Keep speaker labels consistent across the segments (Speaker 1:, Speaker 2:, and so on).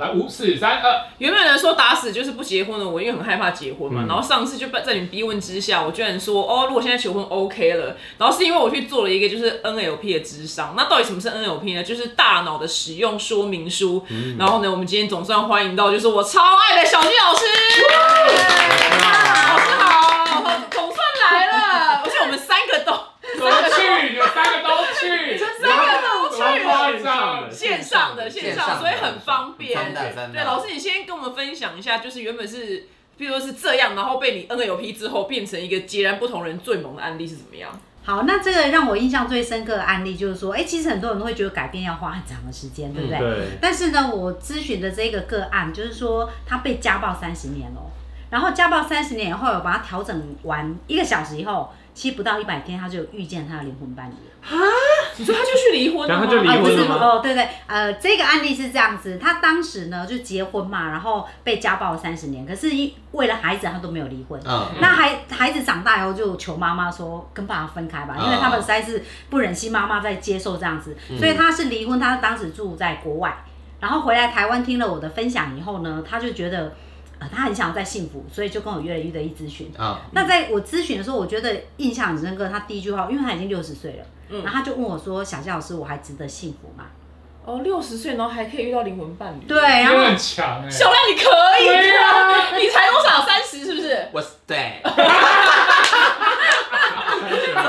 Speaker 1: 来五四三二，
Speaker 2: 原本人说打死就是不结婚了，我因为很害怕结婚嘛。然后上次就在你逼问之下，我居然说哦，如果现在求婚 OK 了。然后是因为我去做了一个就是 NLP 的智商。那到底什么是 NLP 呢？就是大脑的使用说明书。然后呢，我们今天总算欢迎到就是我超爱的小鸡老师，老师好，总算来了。而且我们三个都
Speaker 1: 都去，你们三个都去，
Speaker 2: 三个都
Speaker 1: 超
Speaker 2: 去了。
Speaker 1: 夸张，
Speaker 2: 线上的线
Speaker 3: 线
Speaker 2: 上，
Speaker 3: 上的
Speaker 2: 所以很方便。
Speaker 3: 真的真的
Speaker 2: 对，老师，你先跟我们分享一下，就是原本是，比如说是这样，然后被你 NLP 之后变成一个截然不同人最萌的案例是怎么样？
Speaker 4: 好，那这个让我印象最深刻的案例就是说，哎、其实很多人都会觉得改变要花很长的时间，
Speaker 5: 嗯
Speaker 4: 对不对？
Speaker 3: 对，
Speaker 4: 但是呢，我咨询的这个个案，就是说他被家暴三十年哦，然后家暴三十年以后，我把它调整完一个小时以后，其实不到一百天，他就有遇见他的灵魂伴侣。
Speaker 2: 所以他就去离婚了吗，
Speaker 5: 然后他就离
Speaker 4: 啊，
Speaker 5: 婚
Speaker 4: 不
Speaker 5: 了
Speaker 4: 是
Speaker 5: 吗
Speaker 4: 哦，对对，呃，这个案例是这样子，他当时呢就结婚嘛，然后被家暴三十年，可是因为了孩子，他都没有离婚。
Speaker 3: 嗯，
Speaker 4: 那孩孩子长大以后就求妈妈说跟爸爸分开吧，因为他们实在是不忍心妈妈在接受这样子，所以他是离婚，他当时住在国外，然后回来台湾听了我的分享以后呢，他就觉得呃他很想要再幸福，所以就跟我约了一对一咨询。
Speaker 3: 啊，
Speaker 4: 那在我咨询的时候，我觉得印象很深刻，他第一句话，因为他已经六十岁了，
Speaker 2: 嗯
Speaker 4: 然后他就问我说：“小夏老师，我还值得幸福吗
Speaker 2: 哦，六十岁然后还可以遇到灵魂伴侣，？”
Speaker 4: 对，，然
Speaker 1: 真的
Speaker 4: 后
Speaker 1: 很强哎，
Speaker 2: 小亮你可以，
Speaker 1: 对啊
Speaker 2: 你才多少三十是不是？
Speaker 3: 我是对，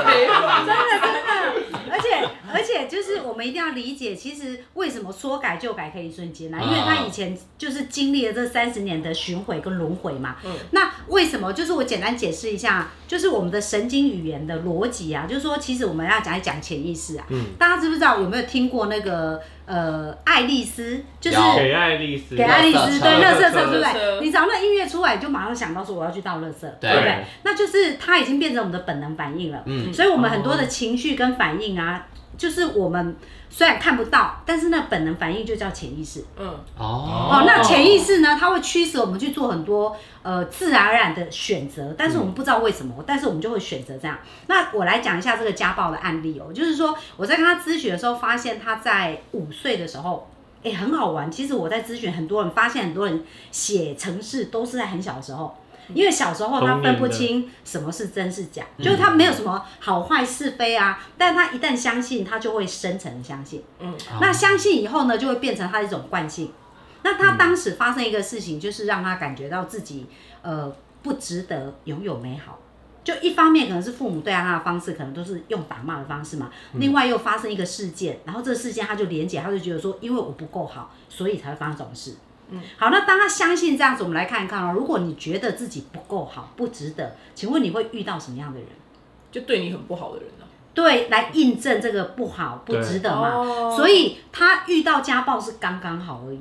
Speaker 2: 对，
Speaker 4: 而且而且就是我们一定要理解，其实为什么说改就改可以瞬间呢？啊因为他以前就是经历了这三十年的巡回跟轮回嘛。
Speaker 2: 嗯
Speaker 4: 那为什么？就是我简单解释一下，就是我们的神经语言的逻辑啊，就是说其实我们要讲一讲潜意识啊。
Speaker 5: 嗯，
Speaker 4: 大家知不知道有没有听过那个呃爱丽丝？就是
Speaker 3: 有
Speaker 5: 给爱丽丝，
Speaker 4: 给爱丽丝对
Speaker 3: 垃
Speaker 4: 乐
Speaker 3: 圾
Speaker 4: 色车，
Speaker 5: 车
Speaker 4: 对不
Speaker 2: 垃圾车
Speaker 4: 对？你只要那音乐出来，你就马上想到说我要去倒乐色，
Speaker 3: 对
Speaker 4: 对不对？那就是它已经变成我们的本能反应了。
Speaker 3: 嗯
Speaker 4: 所以我们很多的情绪跟反应啊，就是我们虽然看不到，但是那本能反应就叫潜意识。
Speaker 2: 嗯，
Speaker 3: 哦
Speaker 4: 哦，那潜意识呢，它会驱使我们去做很多呃自然而然的选择，但是我们不知道为什么，但是我们就会选择这样。那我来讲一下这个家暴的案例哦，就是说我在跟他咨询的时候，发现他在五岁的时候。哎、很好玩。其实我在咨询很多人，发现很多人写程式都是在很小的时候，因为小时候他分不清什么是真是假，就是他没有什么好坏是非啊。但他一旦相信，他就会深层的相信。那相信以后呢，就会变成他一种惯性。那他当时发生一个事情，就是让他感觉到自己呃不值得拥有美好。就一方面可能是父母对待他的方式，可能都是用打骂的方式嘛。另外又发生一个事件，然后这个事件他就连结，他就觉得说，因为我不够好，所以才会发生这种事。嗯，好，那当他相信这样子，我们来看一看哦。如果你觉得自己不够好、不值得，请问你会遇到什么样的人？
Speaker 2: 就对你很不好的人啊。
Speaker 4: 对，来印证这个不好、不值得嘛。
Speaker 2: 哦
Speaker 4: 所以他遇到家暴是刚刚好而已，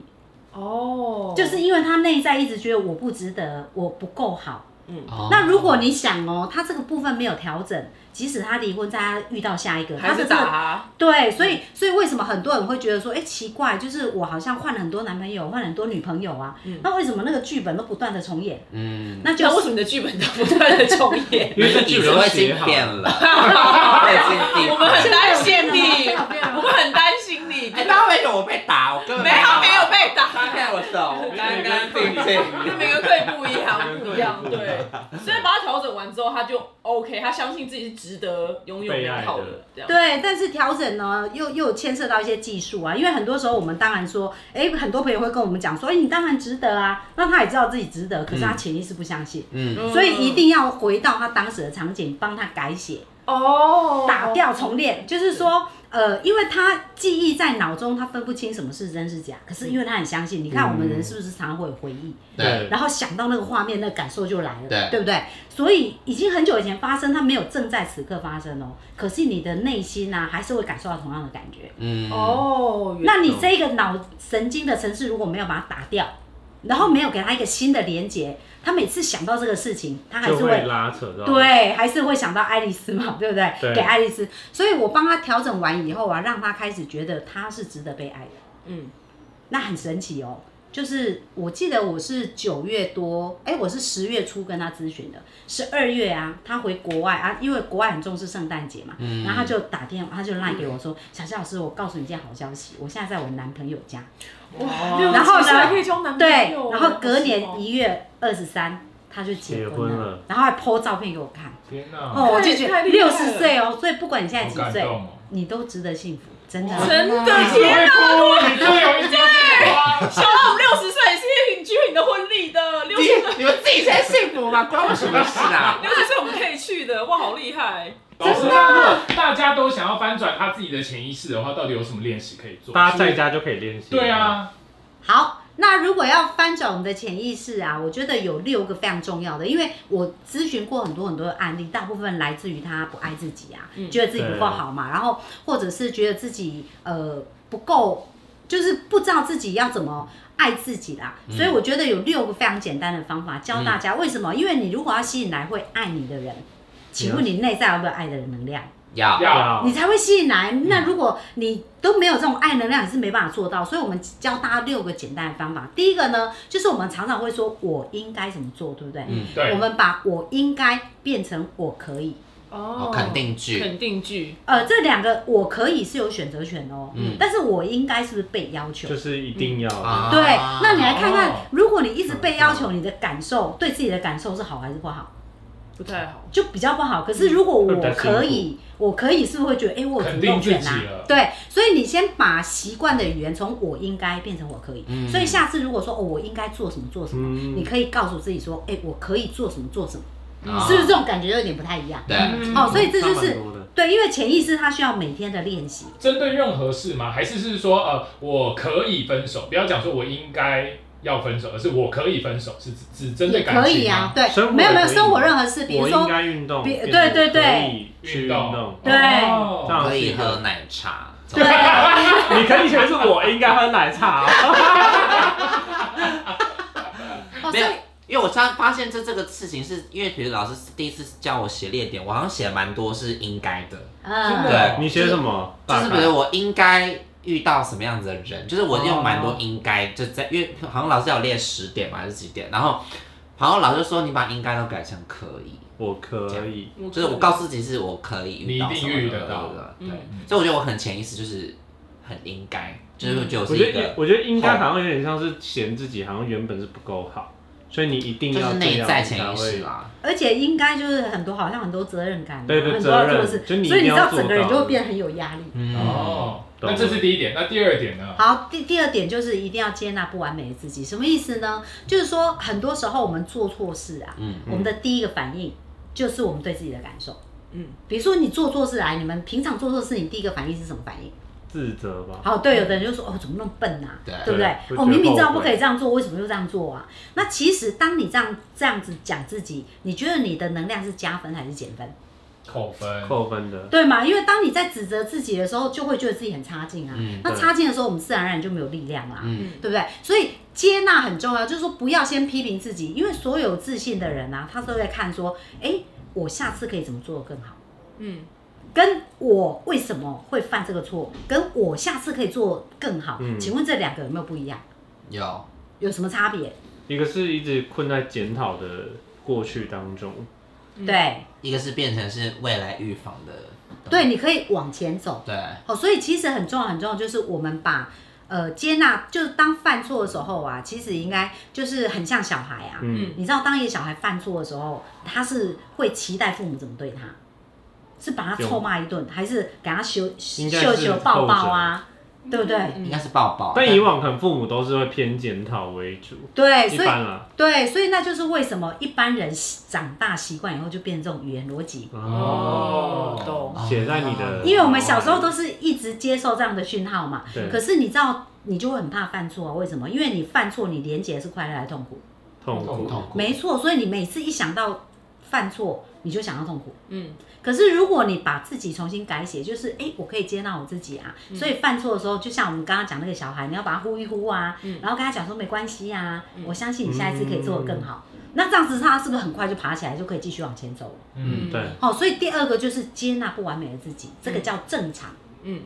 Speaker 2: 哦，
Speaker 4: 就是因为他内在一直觉得我不值得，我不够好。
Speaker 3: 哦
Speaker 4: 那如果你想哦，他这个部分没有调整，即使他离婚，在他遇到下一个，
Speaker 2: 还
Speaker 4: 他
Speaker 2: 是
Speaker 4: 的
Speaker 2: 打
Speaker 4: 这个
Speaker 2: 啊，
Speaker 4: 对，所
Speaker 3: 嗯
Speaker 4: 以所以为什么很多人会觉得说，哎、奇怪，就是我好像换了很多男朋友，换了很多女朋友啊，那为什么那个剧本都不断的重演？
Speaker 3: 嗯，
Speaker 4: 那就
Speaker 2: 那为
Speaker 4: 是
Speaker 2: 什么你的剧本都不断的重演？
Speaker 5: 因为这
Speaker 3: 已
Speaker 5: 剧本
Speaker 3: 经
Speaker 5: 都
Speaker 3: 会
Speaker 5: 写
Speaker 3: 经
Speaker 5: 好
Speaker 3: 变
Speaker 5: 了，
Speaker 3: 了，我已经
Speaker 2: 我们很担心 你，
Speaker 4: 这个不要了
Speaker 2: 我们很担心你，
Speaker 3: 哎，大家会以为我被打，我根本
Speaker 2: 没有没有被打。
Speaker 3: 他看我手，干干净
Speaker 2: 就
Speaker 3: 净，
Speaker 2: 每个课也不一样，不一样，对。所以把它调整完之后，他就 OK，他相信自己是值得拥有美好
Speaker 5: 被爱的
Speaker 2: 这样。
Speaker 4: 对，但是调整呢，又又有牵涉到一些技术啊，因为很多时候我们当然说，哎，很多朋友会跟我们讲说，哎，你当然值得啊，那他也知道自己值得，可是他潜意识不相信，
Speaker 3: 嗯，
Speaker 4: 所以一定要回到他当时的场景，帮他改写、
Speaker 2: 哦
Speaker 4: 打掉、重练，就是说，呃，因为他记忆在脑中，他分不清什么是真是假，可
Speaker 2: 嗯
Speaker 4: 是因为他很相信，你看我们人是不是常常会有回忆，
Speaker 3: 对，
Speaker 4: 然后想到那个画面，那个感受就来了，
Speaker 3: 对
Speaker 4: 不对？所以已经很久以前发生，它没有正在此刻发生哦。可是你的内心呢、还是会感受到同样的感觉。
Speaker 3: 嗯，
Speaker 2: 哦，原
Speaker 4: 那你这个脑神经的层次如果没有把它打掉，然后没有给它一个新的连接，他每次想到这个事情，他还
Speaker 5: 就是会
Speaker 4: 会。
Speaker 5: 拉扯到，
Speaker 4: 对，还是会想到爱丽丝嘛， 对不对？
Speaker 5: 对
Speaker 4: 给爱丽丝，所以我帮他调整完以后啊，让他开始觉得他是值得被爱的，
Speaker 2: 嗯，
Speaker 4: 那很神奇哦。就是我记得我是九月多，哎、我是十月初跟他咨询的，十二月啊，他回国外啊，因为国外很重视圣诞节嘛，然后他就打电话，他就赖给我说，小夏老师，我告诉你一件好消息，我现在在我男朋友家，
Speaker 2: 哇
Speaker 4: 然后呢
Speaker 2: 还可以交男朋
Speaker 4: 对
Speaker 2: 友，，
Speaker 4: 然后隔
Speaker 2: 哦
Speaker 4: 年一月二十三他就结婚了，
Speaker 5: 结婚了
Speaker 4: 然后还 po 照片给我看，
Speaker 1: 天哪，
Speaker 4: 哦，我就觉
Speaker 2: 太
Speaker 4: 得
Speaker 2: 厉害
Speaker 4: 六
Speaker 2: 了
Speaker 4: 十岁哦，所以不管你现在
Speaker 1: 好
Speaker 4: 几
Speaker 1: 感
Speaker 4: 岁，
Speaker 1: 动哦！
Speaker 4: 你都值得幸福，真的。
Speaker 2: 真的
Speaker 1: 你
Speaker 2: 天
Speaker 1: 会哭，你会有一点眼花。
Speaker 2: 小到我们六十岁是可以举行你的婚礼的，六十
Speaker 3: 你你们自己才幸福吗？关我什么事啊？
Speaker 2: 六十岁我们可以去的，哇，好厉害！
Speaker 1: 老师，那如果大家都想要翻转他自己的潜意识的话，到底有什么练习可以做？
Speaker 5: 大家在家就可以练习。
Speaker 1: 对，啊，
Speaker 4: 好，那如果要翻转我们的潜意识啊，我觉得有六个非常重要的，因为我咨询过很多很多的案例，大部分来自于他不爱自己啊，
Speaker 2: 嗯
Speaker 4: 觉得自己不够好嘛，然后或者是觉得自己呃不够，就是不知道自己要怎么。爱自己啦，
Speaker 1: 嗯
Speaker 4: 所以我觉得有六个非常简单的方法教大家。为什么？因为你如果要吸引来会爱你的人，请问你内在有没有爱的能量？
Speaker 3: 要
Speaker 1: 要
Speaker 5: 要
Speaker 4: 你才会吸引来。那如果你都没有这种爱能量，你是没办法做到。所以我们教大家六个简单的方法。第一个呢，就是我们常常会说“我应该怎么做”，对不对？
Speaker 3: 嗯，
Speaker 1: 对
Speaker 4: 我，们把我应该变成我可以。
Speaker 2: 哦
Speaker 3: 哦，肯定句，
Speaker 2: 肯定句，
Speaker 4: 呃，这两个我可以是有选择权哦，
Speaker 3: 嗯
Speaker 4: 但是我应该是不是被要求？
Speaker 5: 就是一定要
Speaker 3: 啊
Speaker 4: 对，那你来看看
Speaker 1: 哦，
Speaker 4: 如果你一直被要求，你的感受对自己的感受是好还是不好？
Speaker 2: 不太好。
Speaker 4: 就比较不好。可是如果我
Speaker 5: 会比较辛苦
Speaker 4: 可以，我可以是不是会觉得，哎、我有主
Speaker 1: 肯
Speaker 4: 动
Speaker 1: 定自己
Speaker 4: 权啊
Speaker 1: 了？
Speaker 4: 对，所以你先把习惯的语言从我应该变成我可以。
Speaker 3: 嗯
Speaker 4: 所以下次如果说哦，我应该做什么做什么，
Speaker 5: 嗯
Speaker 4: 你可以告诉自己说，哎、我可以做什么做什么，
Speaker 3: 啊
Speaker 4: 是不是这种感觉有点不太一样？
Speaker 3: 对，
Speaker 2: 嗯
Speaker 4: 哦，所以这就
Speaker 5: 差
Speaker 4: 是
Speaker 5: 蛮多的
Speaker 4: 对，因为潜意识它需要每天的练习。
Speaker 1: 针对任何事吗？还是是说呃，我可以分手？不要讲说我应该要分手，而是我可以分手，是只只针对
Speaker 4: 也
Speaker 1: 感
Speaker 4: 可以
Speaker 1: 情
Speaker 4: 啊
Speaker 1: 吗？，
Speaker 4: 对
Speaker 5: 生，活
Speaker 4: 没有没有
Speaker 5: 也可以
Speaker 4: 生活任何事，比如
Speaker 5: 我应
Speaker 4: 说
Speaker 5: 该运动，
Speaker 4: 比
Speaker 5: 变成
Speaker 4: 对对对
Speaker 5: 可以去运动。
Speaker 4: 对
Speaker 1: 哦
Speaker 5: 这样
Speaker 3: 可
Speaker 5: 是
Speaker 3: 以
Speaker 5: 一
Speaker 3: 喝
Speaker 5: 个。
Speaker 3: 奶茶，
Speaker 4: 对，
Speaker 5: 你可以觉得是我应该喝奶茶哦，
Speaker 4: 哦，所
Speaker 3: 没有
Speaker 4: 以。
Speaker 3: 因为我刚发现这这个事情是因为，比如老师第一次教我写列点，我好像写蛮多是应该的，
Speaker 1: 真
Speaker 4: 嗯，
Speaker 1: 的
Speaker 3: 对
Speaker 5: 你写什么？
Speaker 3: 就是比
Speaker 5: 大
Speaker 3: 如
Speaker 5: 概
Speaker 3: 我应该遇到什么样子的人，就是我用蛮多应该，就在因为好像老师有列十点嘛还是几点，然后好像老师说你把应该都改成可以，
Speaker 5: 我可以，
Speaker 3: 就是我告诉自己是我可以遇到
Speaker 1: 你
Speaker 3: 什么
Speaker 1: 一定遇
Speaker 3: 的
Speaker 1: 得到
Speaker 3: 对，
Speaker 1: 嗯
Speaker 3: 所以我觉得我很潜意识就是很应该，就是我觉得我
Speaker 5: 我
Speaker 3: 是
Speaker 5: 觉
Speaker 3: 一
Speaker 5: 得
Speaker 3: 个，
Speaker 5: 我觉得应该好像有点像是嫌自己好像原本是不够好，所以你一定
Speaker 3: 就
Speaker 5: 要
Speaker 3: 是
Speaker 5: 这
Speaker 3: 内
Speaker 5: 样
Speaker 3: 在
Speaker 5: 你才
Speaker 3: 潜意
Speaker 5: 会
Speaker 4: 啊
Speaker 3: 识啦。
Speaker 4: 而且应该就是很多，好像很多责任感，啊
Speaker 5: 对对
Speaker 4: 很多要
Speaker 5: 责任
Speaker 4: 做的事，
Speaker 5: 就你一定
Speaker 4: 所以你知
Speaker 5: 要
Speaker 4: 道
Speaker 5: 做
Speaker 4: 整个人
Speaker 5: 到
Speaker 4: 就会变得很有压力。
Speaker 3: 嗯，
Speaker 1: 哦，
Speaker 5: 懂
Speaker 1: 那这是第一点，那第二点呢？
Speaker 4: 好，第第二点就是一定要接纳不完美的自己，什么意思呢？就是说，很多时候我们做错事啊，
Speaker 3: 嗯
Speaker 4: 我们的第一个反应就是我们对自己的感受。
Speaker 2: 嗯，
Speaker 4: 比如说你做错事来，你们平常做错事，你第一个反应是什么反应？
Speaker 5: 自责吧。
Speaker 4: 好，对，有的人就说哦，怎么那么笨呐、
Speaker 3: 对
Speaker 4: 对不对？
Speaker 5: 对
Speaker 4: 我、哦、
Speaker 5: 会觉得
Speaker 4: 明明知道不
Speaker 5: 后悔
Speaker 4: 可以这样做，为什么又这样做啊？那其实当你这样这样子讲自己，你觉得你的能量是加分还是减分？
Speaker 1: 扣分，
Speaker 5: 扣分的，
Speaker 4: 对嘛？因为当你在指责自己的时候，就会觉得自己很差劲啊。
Speaker 3: 嗯
Speaker 4: 那
Speaker 5: 对
Speaker 4: 差劲的时候，我们自然而然就没有力量啊啦、
Speaker 3: 嗯
Speaker 4: 对不对？所以接纳很重要，就是说不要先批评自己，因为所有自信的人啊，他都在看说，哎，我下次可以怎么做得更好，
Speaker 2: 嗯，
Speaker 4: 跟我为什么会犯这个错，跟我下次可以做更好，
Speaker 5: 嗯
Speaker 4: 请问这两个有没有不一样？
Speaker 3: 有，
Speaker 4: 有什么差别？
Speaker 5: 一个是一直困在检讨的过去当中，
Speaker 2: 嗯
Speaker 4: 对
Speaker 3: 一个是变成是未来预防的东西，
Speaker 4: 对，你可以往前走。
Speaker 3: 对，
Speaker 4: 哦，所以其实很重要，很重要，就是我们把呃接纳，就是当犯错的时候啊，其实应该就是很像小孩啊。
Speaker 5: 嗯，
Speaker 4: 你知道，当一个小孩犯错的时候，他是会期待父母怎么对他，是把他臭骂一顿，还是给他羞
Speaker 5: 应该
Speaker 4: 羞
Speaker 5: 是
Speaker 4: 羞抱抱啊？对不对？
Speaker 3: 应该是嗯抱抱。
Speaker 5: 但以往可能父母都是会偏检讨为主，
Speaker 4: 对，
Speaker 5: 一
Speaker 4: 哎所以
Speaker 5: 般啦，
Speaker 4: 对，所以那就是为什么一般人长大习惯以后就变成这种语言逻辑，
Speaker 5: 嗯
Speaker 2: 哦
Speaker 1: 哦，
Speaker 2: 懂。
Speaker 5: 写在你的，
Speaker 4: 哦因为我们小时候都是一直接受这样的讯号嘛。
Speaker 5: 对
Speaker 4: 可是你知道，你就会很怕犯错啊？为什么？因为你犯错，你连接是快乐还是痛苦？
Speaker 5: 痛
Speaker 1: 痛
Speaker 5: 苦，
Speaker 1: 苦，
Speaker 4: 没错，所以你每次一想到犯错，你就想到痛苦。
Speaker 2: 嗯，
Speaker 4: 可是如果你把自己重新改写，就是哎、诶我可以接纳我自己啊。
Speaker 2: 嗯
Speaker 4: 所以犯错的时候，就像我们刚刚讲那个小孩，你要把他呼一呼啊，
Speaker 2: 嗯
Speaker 4: 然后跟他讲说没关系啊，
Speaker 2: 嗯
Speaker 4: 我相信你下一次可以做得更好。那这样子，他是不是很快就爬起来，就可以继续往前走了？
Speaker 1: 嗯，
Speaker 5: 对，
Speaker 4: 哦，所以第二个就是接纳不完美的自己，这个叫正常。
Speaker 2: 嗯，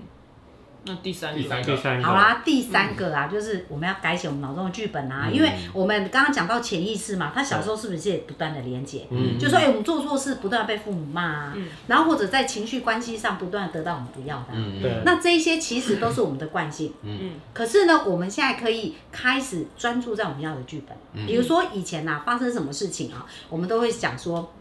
Speaker 2: 那第三个
Speaker 1: 第三
Speaker 5: 第
Speaker 1: 个，
Speaker 5: 三个，
Speaker 4: 好啦，第三个啊，就是我们要改写我们脑中的剧本啊，因为我们刚刚讲到潜意识嘛，他小时候是不是也不断的连接？
Speaker 5: 嗯
Speaker 4: 就说哎、我们做错事不断地被父母骂啊，然后或者在情绪关系上不断地得到我们不要的啊、
Speaker 3: 嗯，
Speaker 5: 对
Speaker 4: 那这一些其实都是我们的惯性。
Speaker 2: 嗯，
Speaker 4: 可是呢，我们现在可以开始专注在我们要的剧本。比如说以前呐、发生什么事情啊，我们都会想说，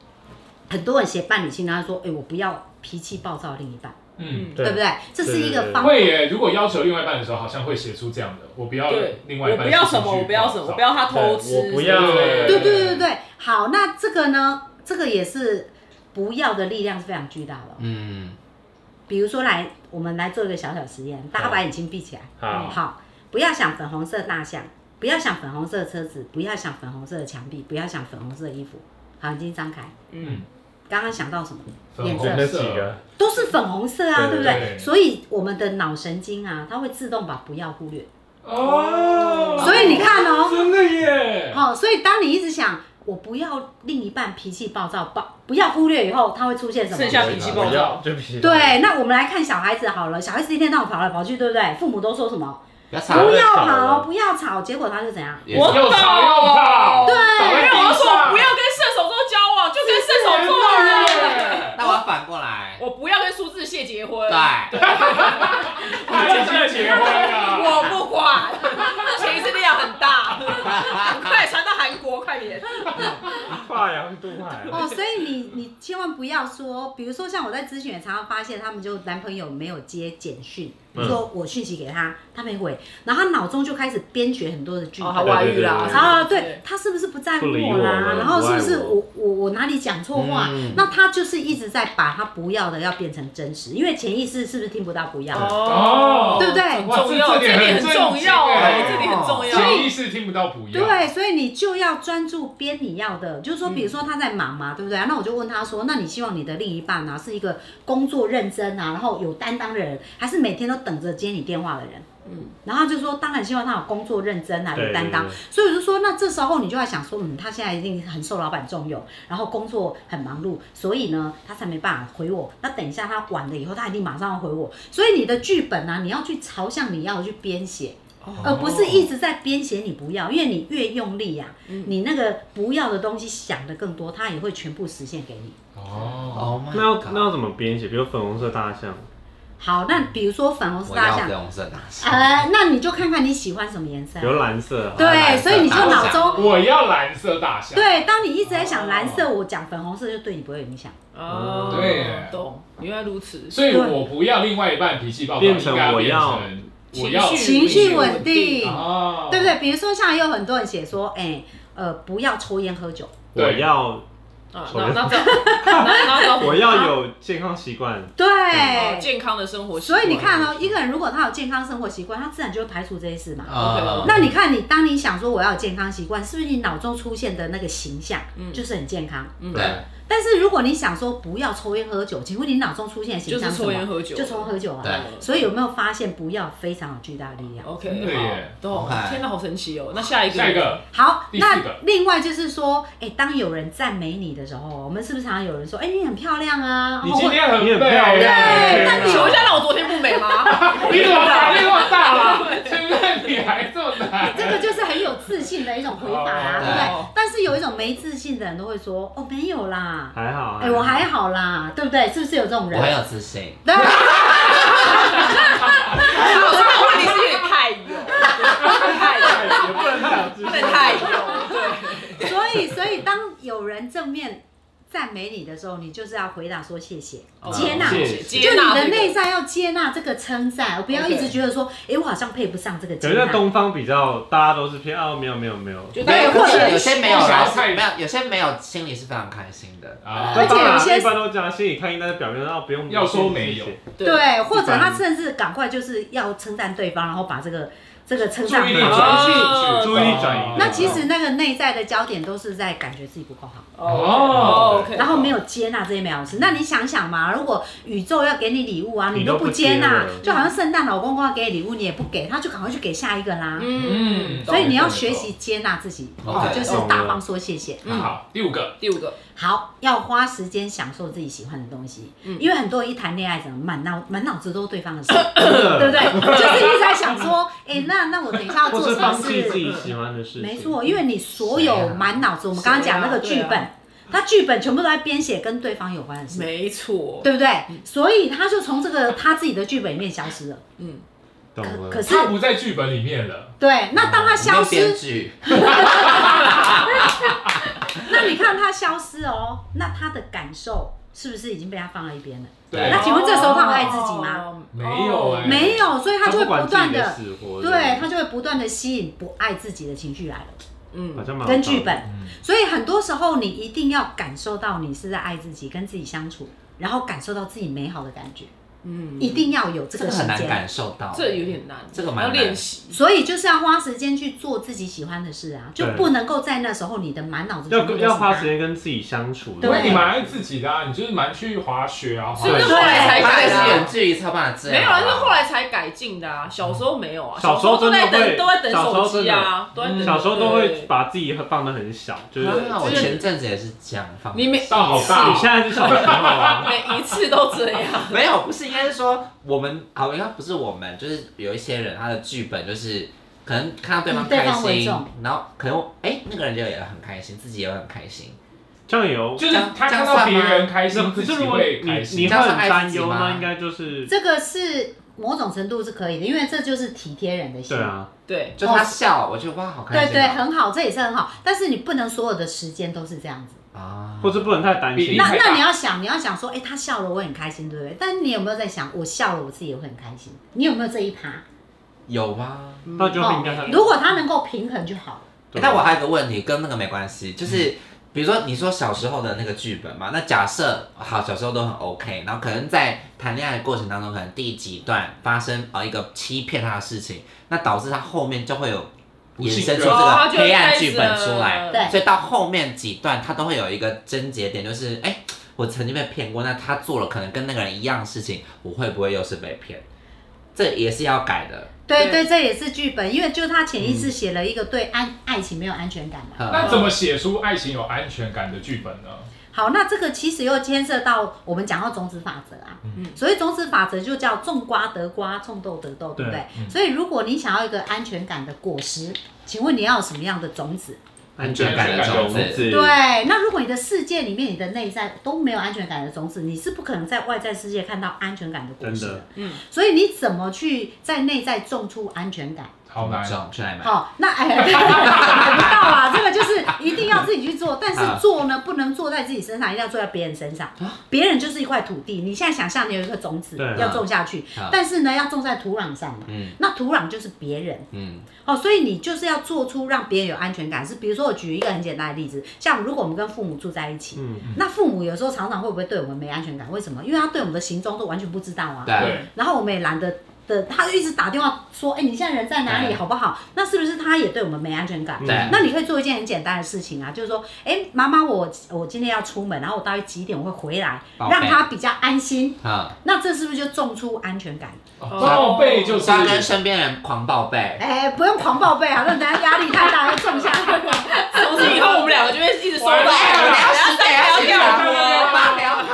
Speaker 4: 很多人写伴侣清单说，哎、我不要脾气暴躁的另一半，
Speaker 1: 嗯，
Speaker 4: 对不对？这是一个
Speaker 5: 对
Speaker 4: 方法。
Speaker 1: 会耶。如果要求另外一半的时候，好像会写出这样的：我不要
Speaker 2: 对，
Speaker 1: 另外一
Speaker 2: 我
Speaker 1: 半
Speaker 2: 不要什
Speaker 1: 情
Speaker 2: 么，
Speaker 1: 绪
Speaker 2: 我不要什
Speaker 1: 暴
Speaker 2: 么，我
Speaker 1: 躁
Speaker 2: 不要他偷吃，
Speaker 5: 我不要，
Speaker 1: 对
Speaker 4: 对对对对，好，那这个呢，这个也是不要的力量是非常巨大的哦。
Speaker 3: 嗯，
Speaker 4: 比如说来，我们来做一个小小实验，大家把眼睛闭起来，
Speaker 5: 好，
Speaker 4: 好，不要想粉红色大象，不要想粉红色的车子，不要想粉红色的墙壁，不要想粉红色的衣服。好，眼睛张开，
Speaker 2: 嗯，
Speaker 4: 刚刚想到什么？嗯
Speaker 1: 粉
Speaker 5: 就
Speaker 1: 红
Speaker 5: 那几
Speaker 1: 色，
Speaker 5: 个，
Speaker 4: 都是粉红色啊，对
Speaker 5: 对
Speaker 4: 不
Speaker 1: 对
Speaker 4: 对？所以我们的脑神经啊，它会自动把不要忽略。
Speaker 1: 哦，
Speaker 4: 所以你看哦
Speaker 1: 真的耶，
Speaker 4: 好、所以当你一直想我不要另一半脾气暴躁，暴不要忽略以后，它会出现什么？
Speaker 2: 剩下脾气暴
Speaker 5: 我要
Speaker 2: 躁，
Speaker 5: 就脾气暴躁，
Speaker 4: 对，那我们来看小孩子好了，小孩子一天到晚跑来跑去，对不对？父母都说什么
Speaker 3: 不要
Speaker 4: 不
Speaker 3: 吵，
Speaker 4: 要
Speaker 5: 吵了
Speaker 4: 跑，不要吵，结果他就怎样？
Speaker 3: 也
Speaker 2: 我
Speaker 3: 是
Speaker 1: 又吵又跑，
Speaker 2: 哦对
Speaker 1: 倒
Speaker 2: 因
Speaker 1: 在地
Speaker 2: 为
Speaker 1: 上
Speaker 2: 我要说我不要跟射手座交往，就跟射手座人，
Speaker 1: 耶
Speaker 3: 那我要反过来，
Speaker 2: 我不要跟苏志燮结婚，
Speaker 3: 对，
Speaker 1: 他已经结婚了，
Speaker 2: 我不管，那前一次力量很大，赶快传到韩国，快点。
Speaker 5: 发扬度海，
Speaker 4: 哦，所以你你千万不要说，比如说像我在咨询也常常发现，他们就男朋友没有接简讯，比如
Speaker 5: 嗯
Speaker 4: 说我讯息给他，他没回，然后他脑中就开始编觉很多的剧
Speaker 2: 哦，
Speaker 4: 本。
Speaker 2: 他外遇啦
Speaker 5: 对对对，对
Speaker 4: 啊，对，他是不是不在乎
Speaker 5: 不理
Speaker 4: 我
Speaker 5: 我
Speaker 4: 啦？
Speaker 5: 了
Speaker 4: 然后是不是
Speaker 5: 不爱
Speaker 4: 我
Speaker 5: 我
Speaker 4: 我我哪里讲错话？
Speaker 3: 嗯
Speaker 4: 那他就是一直在把他不要的要变成真实，因为潜意识是不是听不到不要？
Speaker 1: 哦
Speaker 4: 对不对
Speaker 2: 很
Speaker 1: 哇这
Speaker 2: 重要，
Speaker 1: 这点
Speaker 2: 很
Speaker 1: 很
Speaker 2: 重要哎，这
Speaker 3: 震惊哎
Speaker 2: 里很重
Speaker 1: 潜
Speaker 2: 要。
Speaker 1: 意识听不到不要，
Speaker 4: 对，所以你就要专注编你要的，就是说，比如说他在忙
Speaker 1: 嗯
Speaker 4: 嘛，对不对？啊那我就问他说，那你希望你的另一半啊是一个工作认真啊，然后有担当的人，还是每天都等着接你电话的人？嗯，然后他就说，当然希望他有工作认真啊，有
Speaker 5: 对
Speaker 4: 担当
Speaker 5: 对。
Speaker 4: 所以我就说，那这时候你就要想说，嗯，他现在一定很受老板重用，然后工作很忙碌，所以呢，他才没办法回我。那等一下他晚了以后，他一定马上要回我。所以你的剧本啊，你要去朝向你要的去编写。而不是一直在编写你不要，因为你越用力呀、你那个不要的东西想的更多，它也会全部实现给你。
Speaker 1: 哦，
Speaker 3: Oh my
Speaker 5: 那要
Speaker 3: God
Speaker 5: 那要怎么编写？比如粉红色大象，
Speaker 4: 好，那比如说粉红色
Speaker 3: 我
Speaker 4: 大
Speaker 3: 要
Speaker 4: 象，
Speaker 3: 粉红色大象，
Speaker 4: 呃，那你就看看你喜欢什么颜色啊。
Speaker 5: 有蓝色，
Speaker 4: 对，所以你就脑中
Speaker 1: 我要蓝色大象，
Speaker 4: 对，当你一直在想蓝色，我讲粉红色就对你不会有影响。
Speaker 2: 哦，
Speaker 1: 对耶
Speaker 2: 懂，原来如此。
Speaker 1: 所以我不要另外一半脾气暴躁，
Speaker 5: 变成
Speaker 1: 应该
Speaker 5: 我
Speaker 1: 变
Speaker 5: 要
Speaker 1: 成我要
Speaker 4: 情绪稳定
Speaker 1: 哦，
Speaker 4: 对不对？比如说像也有很多人写说，哎、呃，不要抽烟喝酒。
Speaker 5: 我
Speaker 1: 对
Speaker 5: 要
Speaker 2: 啊，那那这样， 那 那这样
Speaker 5: 我要有健康习惯，
Speaker 4: 对，
Speaker 2: 哦健康的生活习
Speaker 4: 所
Speaker 2: 惯，
Speaker 4: 以你看哦，一个人如果他有健康生活习惯，他自然就会排除这些事嘛。
Speaker 3: 啊，
Speaker 4: 那你看你，当你想说我要有健康习惯，是不是你脑中出现的那个形象就是很健康？
Speaker 3: 对，
Speaker 4: 但是如果你想说不要抽烟喝酒，请问你脑中出现的形
Speaker 2: 就
Speaker 4: 象
Speaker 2: 是
Speaker 4: 什
Speaker 2: 抽
Speaker 4: 么？
Speaker 2: 烟喝酒
Speaker 4: 就抽喝酒啊。
Speaker 3: 对
Speaker 4: 所以有没有发现不要非常有巨大的力量？
Speaker 2: OK，
Speaker 1: 真的耶
Speaker 2: 好懂
Speaker 3: OK。
Speaker 2: 天哪，好神奇哦。那下一个，
Speaker 1: 下一，个
Speaker 4: 好，
Speaker 1: 第四
Speaker 4: 那
Speaker 1: 个
Speaker 4: 另外就是说，哎、当有人赞美你的时候，我们是不是常常有人说，哎、你很漂亮啊？
Speaker 1: 你
Speaker 4: 哦
Speaker 1: 今
Speaker 4: 我
Speaker 1: 天很
Speaker 5: 你很
Speaker 1: 美
Speaker 5: 漂亮
Speaker 1: 耶
Speaker 4: 对哎那你
Speaker 2: 求一下，让我昨天不美吗？
Speaker 1: 你怎么打力那么大了？现在你还这么难？
Speaker 4: 这个就是很有自信的一种回法啊，
Speaker 1: 哦
Speaker 4: 对不对
Speaker 2: 哦？
Speaker 4: 但是有一种没自信的人都会说，哦，没有啦，
Speaker 5: 还好。
Speaker 1: 啊
Speaker 4: 哎、我还好啦，对不对？是不是有这种人？
Speaker 3: 我很有自信，
Speaker 4: 对。啊
Speaker 2: 我说那问题是有点太油，太油，
Speaker 5: 也不能太有自
Speaker 2: 有
Speaker 5: 信
Speaker 2: 点太油，对，
Speaker 4: 所以，所以当有人正面赞美你的时候，你就是要回答说谢谢，
Speaker 1: 哦
Speaker 4: 接纳。
Speaker 5: 谢
Speaker 4: 就
Speaker 5: 谢
Speaker 4: 你
Speaker 2: 接纳
Speaker 4: 的
Speaker 2: 这个
Speaker 4: 内在要接纳这个称赞，而不要
Speaker 2: OK
Speaker 4: 一直觉得说，哎，我好像配不上这个
Speaker 5: 可
Speaker 4: 接
Speaker 5: 是在
Speaker 4: 纳。
Speaker 5: 东方比较，大家都是偏啊，没有没有没有，
Speaker 2: 就
Speaker 3: 没有，
Speaker 4: 或
Speaker 3: 可
Speaker 4: 者
Speaker 3: 是有些没有
Speaker 1: 小
Speaker 3: 啦，
Speaker 1: 菜
Speaker 3: 没有，有些没有，心里是非常开心的，
Speaker 1: 啊
Speaker 4: 而且
Speaker 5: 当然
Speaker 4: 有些
Speaker 5: 一般都这样，心里看应该是表面上啊不用
Speaker 1: 要说没有
Speaker 5: 谢谢
Speaker 4: 对，或者他甚至赶快就是要称赞对方，然后把这个这个称赞
Speaker 1: 注意力
Speaker 4: 好
Speaker 1: 转移去，
Speaker 2: 哦
Speaker 5: 注意力转移
Speaker 1: 哦
Speaker 4: 那那其实那个内在的焦点都是在感觉自己不够好，
Speaker 2: 哦，OK，
Speaker 4: 然后没有接纳这些美好事。那你想想嘛，如果宇宙要给你礼物啊，
Speaker 5: 你
Speaker 4: 都
Speaker 5: 都
Speaker 4: 不
Speaker 5: 不
Speaker 4: 接
Speaker 5: 接
Speaker 4: 纳
Speaker 5: 了，
Speaker 4: 就好像圣诞老公公要给你礼物，你也不给，他就赶快去给下一个啦。
Speaker 2: 嗯，
Speaker 4: 所以你要学习接纳自己，
Speaker 3: 懂
Speaker 4: 哦
Speaker 3: 懂
Speaker 4: 就是大方说谢谢。
Speaker 2: 嗯
Speaker 1: 好，第五个，
Speaker 2: 第五个，
Speaker 4: 好，要花时间享受自己喜欢的东西，
Speaker 2: 嗯
Speaker 4: 因为很多人一谈恋爱，怎么满脑满脑子都是对方的事，对不对？ 就是一直在想说，哎、那那我等一下要
Speaker 5: 或
Speaker 4: 做
Speaker 5: 是
Speaker 4: 什么
Speaker 5: 放弃自
Speaker 4: 事？
Speaker 5: 己喜欢的事情，
Speaker 4: 没错，因为你所有满脑子，我们刚刚讲那个
Speaker 2: 谁
Speaker 4: 剧
Speaker 2: 啊对
Speaker 4: 本，他剧本全部都在编写跟对方有关的事，
Speaker 2: 没错，
Speaker 4: 对不对？所以他就从这个他自己的剧本里面消失了。
Speaker 2: 嗯，
Speaker 5: 懂了。
Speaker 4: 可是，
Speaker 1: 他不在剧本里面了。
Speaker 4: 对，那当他消
Speaker 3: 没有编
Speaker 4: 失，
Speaker 3: 剧，
Speaker 4: 那你看他消失哦，那他的感受是不是已经被他放在一边了？
Speaker 1: 对，
Speaker 4: 那请问这时候他会爱自己吗
Speaker 2: 哦？
Speaker 1: 没有哎
Speaker 4: 没有，所以他就会
Speaker 5: 不管
Speaker 4: 不
Speaker 5: 自己
Speaker 4: 断
Speaker 5: 的
Speaker 4: 的。
Speaker 5: 死活，
Speaker 4: 对他就会不断的吸引不爱自己的情绪来了，
Speaker 5: 好
Speaker 2: 嗯，
Speaker 5: 像蛮有
Speaker 4: 跟
Speaker 5: 道理
Speaker 4: 剧本。所以很多时候你一定要感受到你是在爱自己，跟自己相处，然后感受到自己美好的感觉，
Speaker 2: 嗯，
Speaker 4: 一定要有这
Speaker 3: 这
Speaker 4: 个
Speaker 3: 个
Speaker 4: 时
Speaker 3: 很难
Speaker 4: 间。
Speaker 3: 感受到，
Speaker 2: 这有点难，
Speaker 3: 这个蛮
Speaker 2: 要
Speaker 3: 难
Speaker 2: 练习，
Speaker 4: 所以就是要花时间去做自己喜欢的事啊，就
Speaker 5: 对
Speaker 4: 不能够在那时候你的满脑子全部都
Speaker 5: 要
Speaker 4: 是
Speaker 5: 要花
Speaker 4: 它
Speaker 5: 时间跟自己相处。
Speaker 4: 对
Speaker 1: 那你蛮爱自己的啊，你就是蛮去滑雪啊，滑
Speaker 2: 所以那
Speaker 5: 对
Speaker 2: 后来才
Speaker 3: 他
Speaker 2: 改的
Speaker 3: 那是远
Speaker 2: 啊。
Speaker 3: 距离才有办法这
Speaker 2: 没
Speaker 3: 样
Speaker 2: 有
Speaker 3: 好不
Speaker 2: 啊，
Speaker 3: 好。
Speaker 2: 是后来才改进的啊。小时候没有啊，
Speaker 5: 小
Speaker 2: 时
Speaker 5: 时
Speaker 2: 候
Speaker 5: 候
Speaker 2: 都在
Speaker 5: 真的
Speaker 2: 等，
Speaker 5: 会
Speaker 2: 都在等
Speaker 5: 小时候嗯
Speaker 2: 手机啊，都在等。
Speaker 5: 小时候都会
Speaker 2: 对，
Speaker 5: 把自己放得很小，就是
Speaker 3: 啊我
Speaker 2: 就是
Speaker 3: 前阵子也是这样放，
Speaker 2: 你每
Speaker 1: 到好大
Speaker 5: 你
Speaker 1: 哦
Speaker 5: 现在是小朋友 啊，
Speaker 2: 每一次都这样。
Speaker 3: 没有，不是应该是说我们好，应该不是我们，就是有一些人他的剧本就是可能看到对
Speaker 4: 以
Speaker 3: 方
Speaker 4: 嗯对
Speaker 3: 开
Speaker 4: 方为
Speaker 3: 心
Speaker 4: 重，
Speaker 3: 然后可能哎、那个人就也很开心，自己也会很开心，
Speaker 5: 这样有。
Speaker 1: 就是他看到别人开
Speaker 5: 那
Speaker 1: 心，
Speaker 5: 可
Speaker 1: 自
Speaker 5: 是
Speaker 1: 己
Speaker 5: 如果
Speaker 1: 会
Speaker 5: 你
Speaker 1: 开
Speaker 5: 你
Speaker 1: 心
Speaker 5: 会。
Speaker 3: 这样
Speaker 5: 很担忧，
Speaker 3: 算爱自己吗
Speaker 5: 那应该就是
Speaker 4: 这个是某种程度是可以的，因为这就是体贴人的心。
Speaker 5: 对啊，
Speaker 2: 对，
Speaker 3: 就他笑，我就哇好开
Speaker 4: 哦对
Speaker 3: 心、啊
Speaker 4: 对，很好，这也是很好，但是你不能所有的时间都是这样子。
Speaker 3: 啊，
Speaker 5: 或是不能太担
Speaker 1: 比
Speaker 5: 心
Speaker 1: 例。
Speaker 4: 那
Speaker 1: 太
Speaker 4: 那
Speaker 1: 大
Speaker 4: 你要想，你要想说，哎、他笑了，我很开心，对不对？但你有没有在想，我笑了，我自己也会很开心？你有没有这一趴？
Speaker 3: 有吗？
Speaker 5: 那就应该
Speaker 4: 哦
Speaker 5: 很。
Speaker 4: 如果他能够平衡就好了。
Speaker 5: 对
Speaker 3: 但我还有个问题，跟那个没关系，就是。比如说，你说小时候的那个剧本嘛，那假设好，小时候都很 OK，然后可能在谈恋爱的过程当中，可能第几段发生呃一个欺骗他的事情，那导致他后面就会有
Speaker 1: 不
Speaker 3: 衍
Speaker 1: 信
Speaker 3: 生出
Speaker 1: 任
Speaker 3: 这
Speaker 2: 哦
Speaker 3: 个
Speaker 2: 就
Speaker 3: 黑暗
Speaker 2: 开始
Speaker 3: 剧本出来
Speaker 2: 了，
Speaker 4: 对
Speaker 3: 所以到后面几段，他都会有一个症结点，就是哎、我曾经被骗过，那他做了可能跟那个人一样的事情，我会不会又是被骗？这也是要改的。
Speaker 4: 对
Speaker 2: 对
Speaker 4: 对，这也是剧本，因为就他潜意识写了一个对安、爱情没有安全感
Speaker 5: 嗯
Speaker 4: 嘛。
Speaker 3: 呵
Speaker 1: 那怎么写出爱情有安全感的剧本呢？
Speaker 4: 好，那这个其实又牵涉到我们讲到种子法则啊。
Speaker 2: 嗯
Speaker 4: 所以种子法则就叫种瓜得瓜，种豆得豆，对不对？
Speaker 5: 嗯
Speaker 4: 所以如果你想要一个安全感的果实，请问你要有什么样的种子？
Speaker 5: 安
Speaker 1: 全
Speaker 5: 感
Speaker 1: 感的
Speaker 3: 种
Speaker 5: 种子，
Speaker 4: 对，那如果你的世界里面，你的内在都没有安全感的种子，你是不可能在外在世界看到安全感的果实
Speaker 5: 真
Speaker 4: 的
Speaker 5: 的。
Speaker 2: 嗯，
Speaker 4: 所以你怎么去在内在种出安全感？
Speaker 1: 好难，
Speaker 3: 种去哪里买？
Speaker 4: 好、那哎，买不到啊，这个就是一定要自己去做，但是做呢，不能做在自己身上，一定要做在别人身上。别人就是一块土地，你现在想象你有一个种子
Speaker 5: 对
Speaker 4: 要种下去
Speaker 3: 啊，
Speaker 4: 但是呢，要种在土壤上嘛。
Speaker 3: 嗯
Speaker 4: 那土壤就是别人，
Speaker 3: 嗯，
Speaker 4: 哦，所以你就是要做出让别人有安全感。是比如说，我举一个很简单的例子，像如果我们跟父母住在一起，
Speaker 5: 嗯，
Speaker 4: 那父母有时候常常会不会对我们没安全感？为什么？因为他对我们的行踪都完全不知道啊。
Speaker 3: 对，
Speaker 1: 对，
Speaker 4: 然后我们也懒得的，他就一直打电话说：“哎、你现在人在哪里，
Speaker 3: 对
Speaker 4: 好不好？”那是不是他也对我们没安全感？
Speaker 5: 嗯
Speaker 3: 对啊
Speaker 4: 那你可以做一件很简单的事情啊，就是说：“哎、妈妈，我我今天要出门，然后我大概几点我会回来，
Speaker 3: 报备
Speaker 4: 让他比较安心。
Speaker 3: 好。”
Speaker 4: 那这是不是就种出安全感？
Speaker 1: 哦报备就
Speaker 3: 他跟
Speaker 1: 是
Speaker 3: 身边人狂报备，
Speaker 4: 哎、不用狂报备啊，那等下压力太大要种 下去。
Speaker 2: 总之以后我们两个就会一直收到，
Speaker 1: 完了
Speaker 2: 然后
Speaker 3: 聊
Speaker 2: 再聊
Speaker 1: 对对对
Speaker 2: 掉。
Speaker 3: 八聊，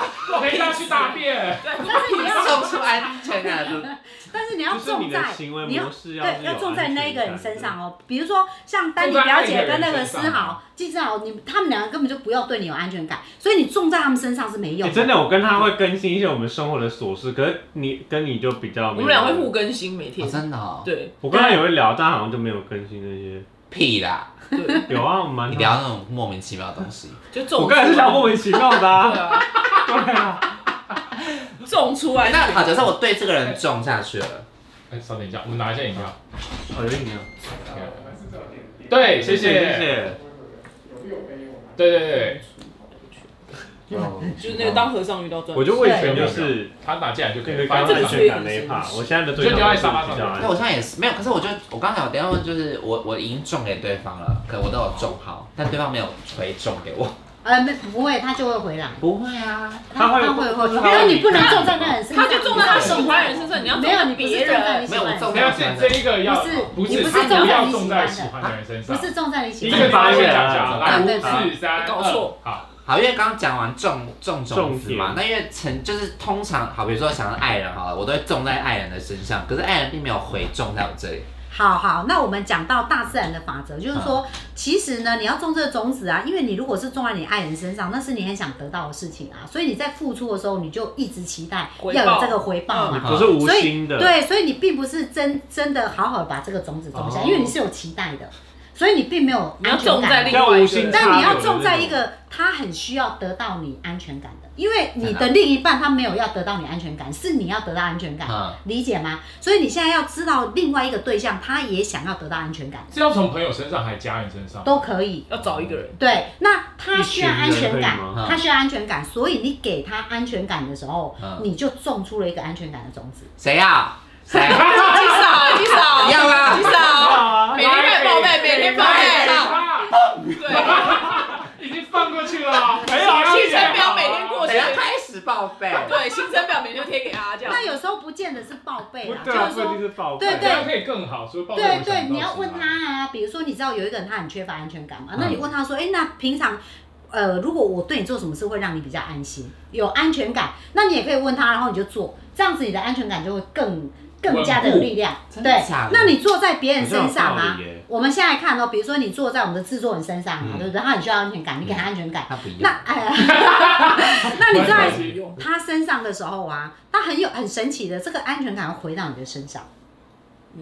Speaker 1: 陪他去大便，
Speaker 4: 但是你要，
Speaker 3: 送出安全感的，
Speaker 4: 但是你要
Speaker 5: 就是
Speaker 4: 种
Speaker 5: 你的
Speaker 4: 在
Speaker 5: 行为
Speaker 4: 你要
Speaker 5: 模式要
Speaker 4: 对，要种在那一个人身上哦。比如说像丹妮
Speaker 1: 种在
Speaker 4: 表
Speaker 1: 爱
Speaker 4: 姐
Speaker 1: 的
Speaker 4: 跟那
Speaker 1: 人
Speaker 4: 个
Speaker 1: 身
Speaker 4: 思
Speaker 1: 上
Speaker 4: 豪、季志豪，哦你他们两个根本就不要对你有安全感，所以你种在他们身上是没用
Speaker 5: 哎，真的，我跟他会更新一些我们生活的琐事，可是你跟你就比较，
Speaker 2: 我们俩会互，更新每天
Speaker 3: 哦，真的哦，
Speaker 2: 对
Speaker 5: 我跟他也会聊，但好像就没有更新那
Speaker 3: 屁啦！
Speaker 2: 对，
Speaker 5: 些。有啊，我们蛮
Speaker 3: 你
Speaker 5: 常
Speaker 3: 聊那种莫名其妙的东西，
Speaker 2: 就种。
Speaker 5: 我刚才是聊莫名其妙 的
Speaker 2: 对
Speaker 5: 啊，
Speaker 2: 啊，
Speaker 5: 对啊，
Speaker 2: 种出来
Speaker 3: 那好，假设我对这个人种下去了，
Speaker 1: 哎，稍等一下，我拿一下饮料。
Speaker 5: 好有你啊，
Speaker 1: 对，谢
Speaker 5: 谢
Speaker 1: 谢，
Speaker 5: 谢。
Speaker 1: 对对对，
Speaker 5: 嗯
Speaker 2: 就是那个当和尚遇到钻石。
Speaker 5: 我就
Speaker 4: 为
Speaker 5: 魏全就是
Speaker 1: 他拿进来就可
Speaker 5: 那
Speaker 1: 以
Speaker 5: 个刚刚安
Speaker 1: 正
Speaker 5: 全感那一趴，我现在的对象都是比较
Speaker 3: 那我现在也是没有，可是我就我刚才我等一下问，就是我我已经中给对方了，可我都有中好，但对方没有回中给我。
Speaker 4: 呃，没不会，他就会回来。
Speaker 3: 不会啊，
Speaker 5: 他会
Speaker 4: 他会会，
Speaker 5: 他会
Speaker 4: 因为你不能中在那人身上，
Speaker 2: 他就中在他喜欢的人身上，你要中
Speaker 4: 没有，
Speaker 2: 在
Speaker 4: 你不
Speaker 2: 别
Speaker 4: 是中在
Speaker 2: 人
Speaker 4: 你。喜
Speaker 3: 没有我
Speaker 4: 欢的
Speaker 3: 中
Speaker 4: 人，
Speaker 1: 没有，是这一个要
Speaker 4: 不是
Speaker 1: 不
Speaker 4: 你不是
Speaker 1: 他
Speaker 4: 中
Speaker 1: 不
Speaker 4: 在
Speaker 1: 要
Speaker 4: 你
Speaker 1: 中
Speaker 4: 喜
Speaker 1: 在
Speaker 4: 欢
Speaker 1: 喜
Speaker 4: 的
Speaker 1: 欢的人身
Speaker 4: 不
Speaker 1: 上。
Speaker 4: 是中在你喜
Speaker 1: 第一
Speaker 4: 欢
Speaker 5: 一
Speaker 1: 个发
Speaker 4: 的人。
Speaker 5: 个发言
Speaker 1: 言讲
Speaker 5: 啊
Speaker 1: 讲，来
Speaker 4: 对
Speaker 1: 五
Speaker 4: 对
Speaker 1: 四三
Speaker 2: 搞
Speaker 1: 二
Speaker 2: 错，
Speaker 1: 好，
Speaker 3: 好，因为刚刚讲完中中种
Speaker 5: 种
Speaker 3: 子嘛
Speaker 5: 田，
Speaker 3: 那因为成就是通常好，比如说想要爱人好了，我都会种在爱人的身上，可是爱人并没有回种在我这里。
Speaker 4: 好好，那我们讲到大自然的法则，就是说，其实呢，你要种这个种子啊，因为你如果是种在你爱人身上，那是你很想得到的事情啊，所以你在付出的时候，你就一直期待
Speaker 2: 回
Speaker 4: 要有
Speaker 2: 报
Speaker 4: 这个回报嘛。
Speaker 5: 都是无
Speaker 4: 所以
Speaker 5: 心的，
Speaker 4: 对，所以你并不是真真的好好把这个种子种下，
Speaker 5: 哦
Speaker 4: 因为你是有期待的，所以你并没有
Speaker 2: 你要
Speaker 4: 安全
Speaker 2: 种在
Speaker 4: 感。
Speaker 2: 另
Speaker 5: 要
Speaker 2: 外一
Speaker 5: 无
Speaker 2: 个
Speaker 5: 心
Speaker 2: 人。
Speaker 4: 但你要种在一个他很需要得到你安全感的，因为你的另一半他没有要得到你安全感，是你要得到安全感，
Speaker 3: 嗯
Speaker 4: 理解吗？所以你现在要知道另外一个对象他也想要得到安全感，
Speaker 1: 是要从朋友身上还是家人身上？
Speaker 4: 都可以。
Speaker 2: 要找一个人，
Speaker 4: 对，那他需要安全感
Speaker 5: 一群人可以
Speaker 3: 吗，
Speaker 4: 他需要安全感，所以你给他安全感的时候
Speaker 3: 嗯，
Speaker 4: 你就种出了一个安全感的种子。
Speaker 3: 谁呀？ 谁？
Speaker 2: 极少极少，
Speaker 3: 要啊
Speaker 2: 极少，
Speaker 5: 啊
Speaker 2: 每天被报备，每天报备，对，
Speaker 1: 已经放过去了，没
Speaker 2: 行程表每天过
Speaker 3: 等
Speaker 2: 去
Speaker 3: 一下，开始报备。
Speaker 2: 对，行程表每天就贴给他这样。
Speaker 4: 那有时候不见得是报备啦，就
Speaker 5: 对啊，
Speaker 4: 是
Speaker 5: 啊不一定
Speaker 4: 说。
Speaker 5: 是报
Speaker 4: 对
Speaker 5: 备，
Speaker 1: 这样可以更好，所以报备我
Speaker 4: 对
Speaker 1: 想
Speaker 4: 对，
Speaker 1: 到
Speaker 4: 你要
Speaker 1: 是
Speaker 4: 问
Speaker 1: 吗
Speaker 4: 他啊，比如说你知道有一个人他很缺乏安全感嘛，那
Speaker 3: 嗯
Speaker 4: 你问他说，哎，那平常，呃，如果我对你做什么事会让你比较安心，有安全感，那你也可以问他，然后你就做，这样子你的安全感就会更更加的有力量。
Speaker 3: 真的
Speaker 4: 对
Speaker 3: 假的，
Speaker 4: 那你坐在别人身上
Speaker 5: 好像有
Speaker 4: 啊
Speaker 5: 道理耶，
Speaker 4: 我们现在看哦，比如说你坐在我们的制作人身上啊，
Speaker 3: 嗯
Speaker 4: 对不对？他很需要安全感，你给他安全感。
Speaker 3: 他不一
Speaker 4: 那
Speaker 3: 样。
Speaker 4: 哎呀，那你在
Speaker 1: 没
Speaker 2: 用
Speaker 4: 他身上的时候啊，他很有很神奇的这个安全感会回到你的身上。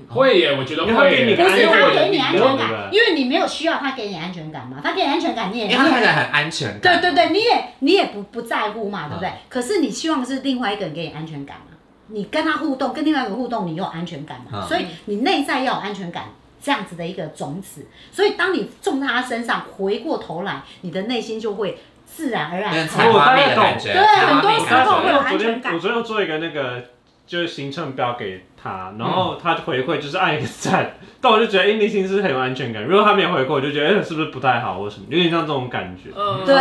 Speaker 1: 会耶，我觉得
Speaker 5: 因为他
Speaker 1: 会
Speaker 5: 给你
Speaker 1: 耶，
Speaker 5: 的
Speaker 4: 不
Speaker 5: 安
Speaker 4: 是
Speaker 5: 全
Speaker 4: 他
Speaker 5: 感
Speaker 4: 哎给你安全
Speaker 5: 对不
Speaker 4: 感，
Speaker 5: 对
Speaker 4: 因为你没有需要他给你安全感嘛，他给你安全感你也
Speaker 3: 因
Speaker 4: 你
Speaker 3: 为他看起
Speaker 4: 也
Speaker 3: 来很安全
Speaker 4: 对
Speaker 3: 感。
Speaker 4: 对对，你也你也不不在乎嘛，对不对？可是你希望是另外一个人给你安全感嘛，你跟他互动，跟另外一个互动，你有安全感嘛，
Speaker 3: 嗯
Speaker 4: 所以你内在要有安全感。这样子的一个种子，所以当你种在他身上，回过头来，你的内心就会自然而
Speaker 3: 有点
Speaker 4: 然
Speaker 3: 采花蜜的感觉。
Speaker 4: 对 很多
Speaker 5: 我
Speaker 4: 时候会有
Speaker 5: 昨
Speaker 4: 安全
Speaker 5: 天
Speaker 4: 感
Speaker 5: 我昨天做一个那个就是行程表给他，然后他回馈就是按一个赞，但我就觉得哎，内心是不是很有安全感。如果他没有回馈，我就觉得哎，是不是不太好或什么，有点像这种感觉，
Speaker 2: 嗯，
Speaker 4: 对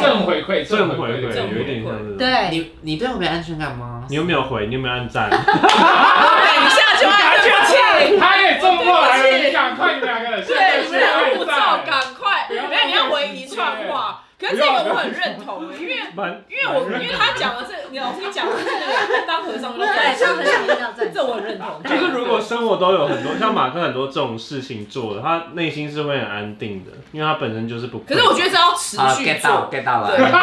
Speaker 1: 正回馈，
Speaker 5: 正
Speaker 1: 回
Speaker 5: 回
Speaker 1: 馈，
Speaker 5: 馈
Speaker 2: 正回馈
Speaker 5: 有点像这种。
Speaker 4: 对，
Speaker 3: 你你对我没有安全感吗？
Speaker 5: 你有没有回？你有没有按赞？
Speaker 2: 等一下就按对不起，
Speaker 1: 他也中过来了，
Speaker 2: 对不起
Speaker 1: 你赶快你们两个人，现在
Speaker 2: 对，你
Speaker 1: 是
Speaker 2: 们两个
Speaker 1: 爱
Speaker 2: 互照，
Speaker 1: 在，
Speaker 2: 赶快，
Speaker 1: 不要浪费
Speaker 2: 没有，你要回一串话。可是这个我很认同欸的，因为
Speaker 5: 蛮
Speaker 2: 因为我因为他讲的是你老师讲的是那个当和尚遇到钻石
Speaker 4: 对，上次提到这里，
Speaker 2: 这我很认同。
Speaker 5: 就是如果生活都有很多像马克很多这种事情做的，他内心是会很安定的，因为他本身就是不。
Speaker 2: 可是我觉得这要持
Speaker 5: 啊
Speaker 3: 好了
Speaker 2: 续
Speaker 3: ，get 到
Speaker 2: 做，
Speaker 3: get 到
Speaker 2: 对，
Speaker 3: 了。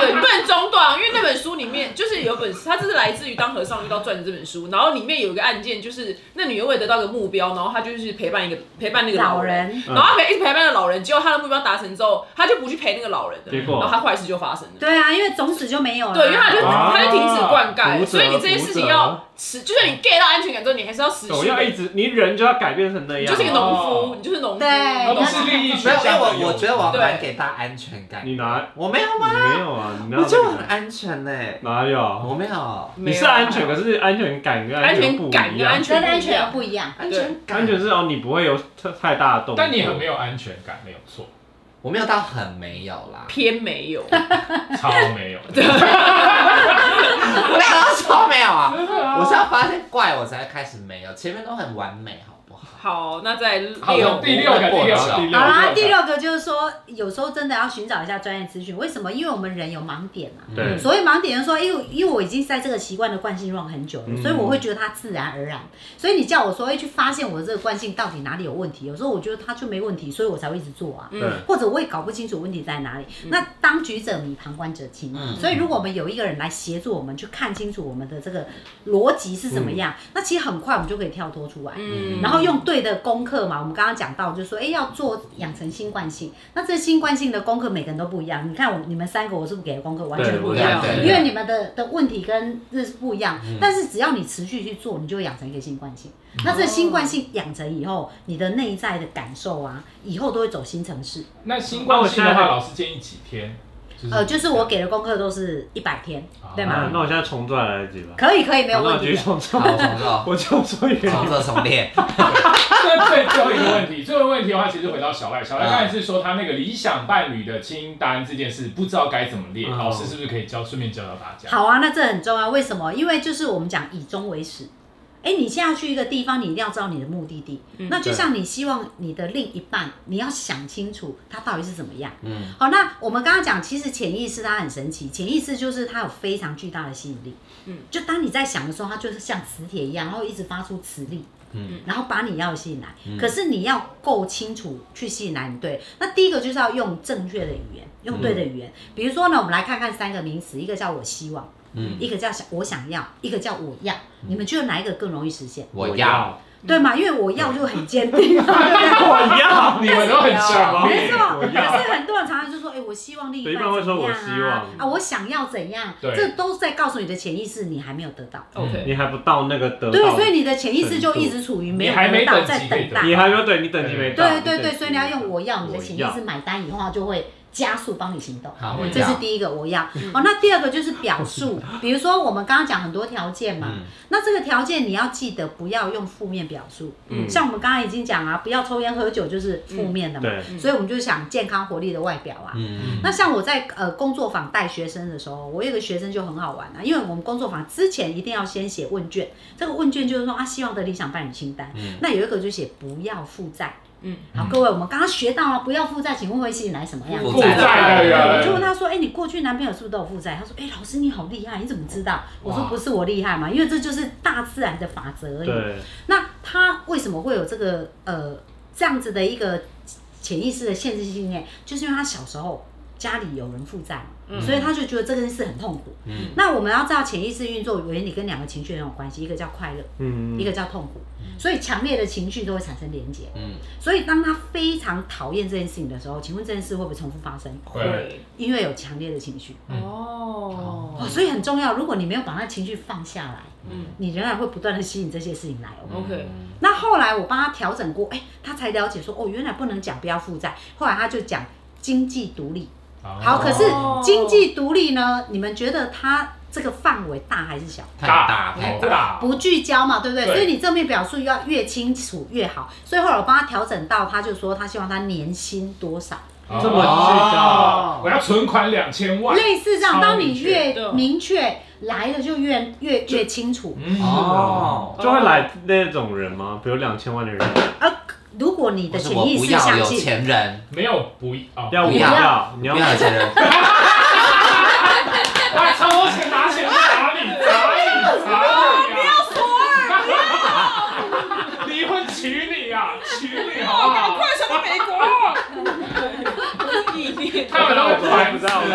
Speaker 2: 对，你不能中断，因为那本书里面就是有本，它这是来自于《当和尚遇到钻石》这本书，然后里面有一个案件，就是那女人为了得到一个目标，然后她就是陪伴一个陪伴那个
Speaker 4: 老
Speaker 2: 老人，
Speaker 4: 人，
Speaker 5: 嗯
Speaker 2: 然后她陪一直陪伴那个老人，结果她的目标达成之后，她就不去陪那个老人了，
Speaker 5: 结果
Speaker 2: 然后她坏事就发生了。
Speaker 4: 对啊，因为种子就没有了，
Speaker 2: 对，因为她就
Speaker 5: 啊
Speaker 2: 她就停止灌
Speaker 5: 读
Speaker 2: 溉，
Speaker 5: 者
Speaker 2: 所以你这些事情要持，就算你 get 到安全感之后，你还是要持
Speaker 5: 我
Speaker 2: 续
Speaker 5: 要
Speaker 2: 的。
Speaker 5: 一直，你人就要改变成那
Speaker 2: 你
Speaker 5: 样。啊
Speaker 2: 就是一个农夫，
Speaker 1: 哦
Speaker 2: 你就是农夫，
Speaker 4: 对
Speaker 1: 而不
Speaker 2: 你懂
Speaker 1: 是
Speaker 2: 吗？
Speaker 1: 利益
Speaker 3: 没
Speaker 1: 选
Speaker 3: 有，因
Speaker 1: 项
Speaker 3: 为
Speaker 1: 的
Speaker 3: 我
Speaker 1: 用
Speaker 3: 我觉得我
Speaker 2: 对
Speaker 3: 蛮给他安全感。
Speaker 5: 你拿
Speaker 3: 我没有
Speaker 5: 你
Speaker 3: 吗？
Speaker 5: 没有啊？你拿哦
Speaker 3: 我觉得我
Speaker 5: 那
Speaker 3: 很
Speaker 5: 个
Speaker 3: 安全呢。
Speaker 5: 哪有？啊
Speaker 3: 我没有
Speaker 2: 没有
Speaker 5: 你是安全，可是安全感跟
Speaker 2: 安全
Speaker 5: 不一
Speaker 2: 感跟
Speaker 5: 样
Speaker 2: 安。
Speaker 4: 跟
Speaker 2: 全
Speaker 4: 啊安
Speaker 2: 感
Speaker 4: 全又不一样。
Speaker 3: 安全感。
Speaker 5: 安全是哦，你不会有特太大的动作，
Speaker 1: 但你很没有安全感，没有 错，
Speaker 3: 我没有到很没有啦，
Speaker 2: 偏没有。
Speaker 1: 超没有。
Speaker 3: 我没有到超没有 啊。
Speaker 1: 真的啊
Speaker 3: 我是要发现怪我才开始没有，前面都很完美，好不好？
Speaker 2: 好，那在
Speaker 1: 好
Speaker 2: 六
Speaker 1: 的，第六个，第六个，第六个。
Speaker 4: 好啦，第六个就是说，有时候真的要寻找一下专业资讯。为什么？因为我们人有盲点嘛。
Speaker 5: 对
Speaker 3: 嗯
Speaker 4: 所谓盲点就是说，因为因为我已经在这个习惯的惯性 run 很久了，
Speaker 5: 嗯
Speaker 4: 所以我会觉得它自然而然。所以你叫我说，哎，去发现我这个惯性到底哪里有问题？有时候我觉得它就没问题，所以我才会一直做啊。
Speaker 2: 嗯
Speaker 5: 对。
Speaker 4: 或者我也搞不清楚问题在哪里。那当局者迷，旁观者清嘛。
Speaker 3: 嗯
Speaker 4: 所以如果我们有一个人来协助我们去看清楚我们的这个逻辑是怎么样，那其实很快我们就可以跳脱出来。
Speaker 2: 嗯
Speaker 4: 然后用对的功课嘛，我们刚刚讲到，就是说，哎，要做养成新惯性。那这新惯性的功课每个人都不一样。你看我你们三个，我是不是给的功课完全不一样？
Speaker 2: 对不一样
Speaker 4: 因为你们的的问题跟这是不一样
Speaker 3: 嗯。
Speaker 4: 但是只要你持续去做，你就会养成一个新惯性。那这新惯性养成以后，你的内在的感受啊，以后都会走新城市。
Speaker 1: 那新冠性的话，老师建议几天？就是
Speaker 4: 呃，就是我给的功课都是一百天，对
Speaker 5: 啊
Speaker 4: 吗？
Speaker 5: 那我现在重做来得及吧？
Speaker 4: 可以，可以，没有
Speaker 5: 那我
Speaker 4: 问
Speaker 5: 继
Speaker 4: 题
Speaker 5: 续
Speaker 4: 的。
Speaker 5: 重做，
Speaker 3: 嗯好，重做，
Speaker 5: 我就说原
Speaker 3: 重
Speaker 5: 因。
Speaker 3: 做重 练，
Speaker 1: 那最最后一个问题，最后一个问题的话，其实回到小赖，小赖
Speaker 5: 嗯
Speaker 1: 刚才是说他那个理想伴侣的清单这件事，不知道该怎么列，
Speaker 5: 嗯
Speaker 1: 老师是不是可以教顺便教教大家？
Speaker 4: 好啊，那这很重要。为什么？因为就是我们讲以终为始。哎，你现在去一个地方，你一定要知道你的目的地。
Speaker 2: 嗯
Speaker 4: 那就
Speaker 5: 对
Speaker 4: 像你希望你的另一半，你要想清楚他到底是怎么样。
Speaker 3: 嗯，
Speaker 4: 好，那我们刚刚讲，其实潜意识它很神奇，潜意识就是它有非常巨大的吸引力。
Speaker 2: 嗯，
Speaker 4: 就当你在想的时候，它就是像磁铁一样，然后一直发出磁力，
Speaker 3: 嗯，
Speaker 4: 然后把你要的吸引来。
Speaker 3: 嗯
Speaker 4: 可是你要够清楚去吸引来你对。那第一个就是要用正确的语言，用对的语言。比如说呢，我们来看看三个名词，一个叫我希望，
Speaker 3: 嗯
Speaker 4: 一个叫想我想要，一个叫我要。你们觉得哪一个更容易实现？
Speaker 3: 我要，
Speaker 4: 对吗？因为我要就很坚定嘛，对不对？
Speaker 5: 我要，
Speaker 1: 你们都很强
Speaker 4: 没
Speaker 1: 烈，
Speaker 4: 错，
Speaker 5: 我
Speaker 4: 可
Speaker 5: 要
Speaker 4: 是很多人常常就说，哎、我希望另一
Speaker 5: 啊对一
Speaker 4: 半
Speaker 5: 般会
Speaker 4: 怎
Speaker 5: 说
Speaker 4: 么
Speaker 5: 我
Speaker 4: 样
Speaker 5: 希
Speaker 4: 啊
Speaker 5: 望？
Speaker 4: 啊，我想要怎样？
Speaker 1: 对
Speaker 4: 这都是在告诉你的潜意识，你还没有得到。
Speaker 2: OK，
Speaker 5: 你还不到那个得到，
Speaker 4: 对，所以你的潜意识就一直处于没有得到，
Speaker 1: 你还没等级
Speaker 4: 在等待。
Speaker 5: 你还没有对，你等级没到。
Speaker 4: 对对
Speaker 5: 你
Speaker 4: 对，
Speaker 5: 等级
Speaker 4: 所以你要用我要你的
Speaker 5: 我
Speaker 4: 潜意
Speaker 5: 要
Speaker 4: 识买单以后，啊它就会加速帮你行动。
Speaker 3: 好，我
Speaker 4: 这是
Speaker 3: 要，
Speaker 4: 第一个我要哦，那第二个就是表 述，比如说我们刚刚讲很多条件嘛，
Speaker 3: 嗯
Speaker 4: 那这个条件你要记得不要用负面表述，
Speaker 5: 嗯
Speaker 4: 像我们刚刚已经讲啊，不要抽烟喝酒就是负面的嘛，
Speaker 5: 对，
Speaker 2: 嗯
Speaker 4: 所以我们就想健康活力的外表啊，
Speaker 3: 嗯
Speaker 4: 那像我在呃工作坊带学生的时候，我有一个学生就很好玩啊，因为我们工作坊之前一定要先写问卷，这个问卷就是说啊，希望的理想伴侣清单。
Speaker 3: 嗯
Speaker 4: 那有一个就写不要负债。
Speaker 2: 嗯，
Speaker 4: 好
Speaker 3: 嗯，
Speaker 4: 各位，我们刚刚学到啊了不要负债，请问会吸引来什么样子？
Speaker 1: 负债的
Speaker 4: 对，我
Speaker 1: 人
Speaker 4: 就问，他说：“哎、你过去男朋友是不是都有负债？”他说：“哎、老师你好厉害，你怎么知道？”我说
Speaker 1: 哇：“
Speaker 4: 不是我厉害嘛，因为这就是大自然的法则而已。”
Speaker 5: 对，
Speaker 4: 那他为什么会有这个呃这样子的一个潜意识的限制信念？就是因为他小时候家里有人负债，
Speaker 2: 嗯
Speaker 4: 所以他就觉得这件事很痛苦。
Speaker 3: 嗯
Speaker 4: 那我们要知道潜意识运作原理跟两个情绪很有关系，一个叫快乐，
Speaker 5: 嗯
Speaker 4: 一个叫痛苦。所以强烈的情绪都会产生连结。
Speaker 3: 嗯，
Speaker 4: 所以当他非常讨厌这件事情的时候，请问这件事会不会重复发生？
Speaker 1: 会，
Speaker 4: 因为有强烈的情绪
Speaker 1: 嗯
Speaker 2: 哦
Speaker 4: 哦，所以很重要。如果你没有把那情绪放下来，
Speaker 2: 嗯
Speaker 4: 你仍然会不断的吸引这些事情来哦。
Speaker 2: ，OK，
Speaker 4: 那后来我帮他调整过，哎、他才了解说，哦，原来不能讲不要负债。后来他就讲经济独立。好，可是
Speaker 2: 哦
Speaker 4: 经济独立呢？你们觉得他这个范围大还是小？
Speaker 3: 太大
Speaker 4: 啊
Speaker 3: 太
Speaker 1: 好
Speaker 3: 大，
Speaker 1: 大，
Speaker 4: 不聚焦嘛，对不对？
Speaker 1: 哦对
Speaker 4: 所以你正面表述要越清楚越好。所以后来我帮他调整到，他就说他希望他年薪多少，
Speaker 1: 哦
Speaker 5: 这么巨大，
Speaker 1: 我要存款两千万，
Speaker 4: 类似这样。
Speaker 1: 超
Speaker 4: 当你
Speaker 1: 明确
Speaker 4: 越
Speaker 2: 对
Speaker 4: 明确来的，就越越越清楚。
Speaker 1: 嗯，
Speaker 3: 哦，
Speaker 5: 就会来那种人吗？比如两千万的人，
Speaker 1: 嗯
Speaker 4: 啊，如果你
Speaker 3: 不
Speaker 4: 的
Speaker 3: 是
Speaker 4: 潜
Speaker 3: 我
Speaker 4: 意
Speaker 3: 不
Speaker 4: 识
Speaker 3: 要
Speaker 4: 相
Speaker 3: 有
Speaker 4: 信，
Speaker 3: 钱人，
Speaker 1: 没有不啊，
Speaker 5: 要我
Speaker 3: 不要
Speaker 5: 要，你
Speaker 3: 不
Speaker 5: 要
Speaker 3: 要有钱 人，
Speaker 1: 哇，超多钱拿钱砸 你砸你砸你，不要说啊， 离婚娶你啊，娶你 好不好？
Speaker 2: 什么美国？我是意念，
Speaker 1: 他们都会烦
Speaker 3: 啊
Speaker 1: 死了，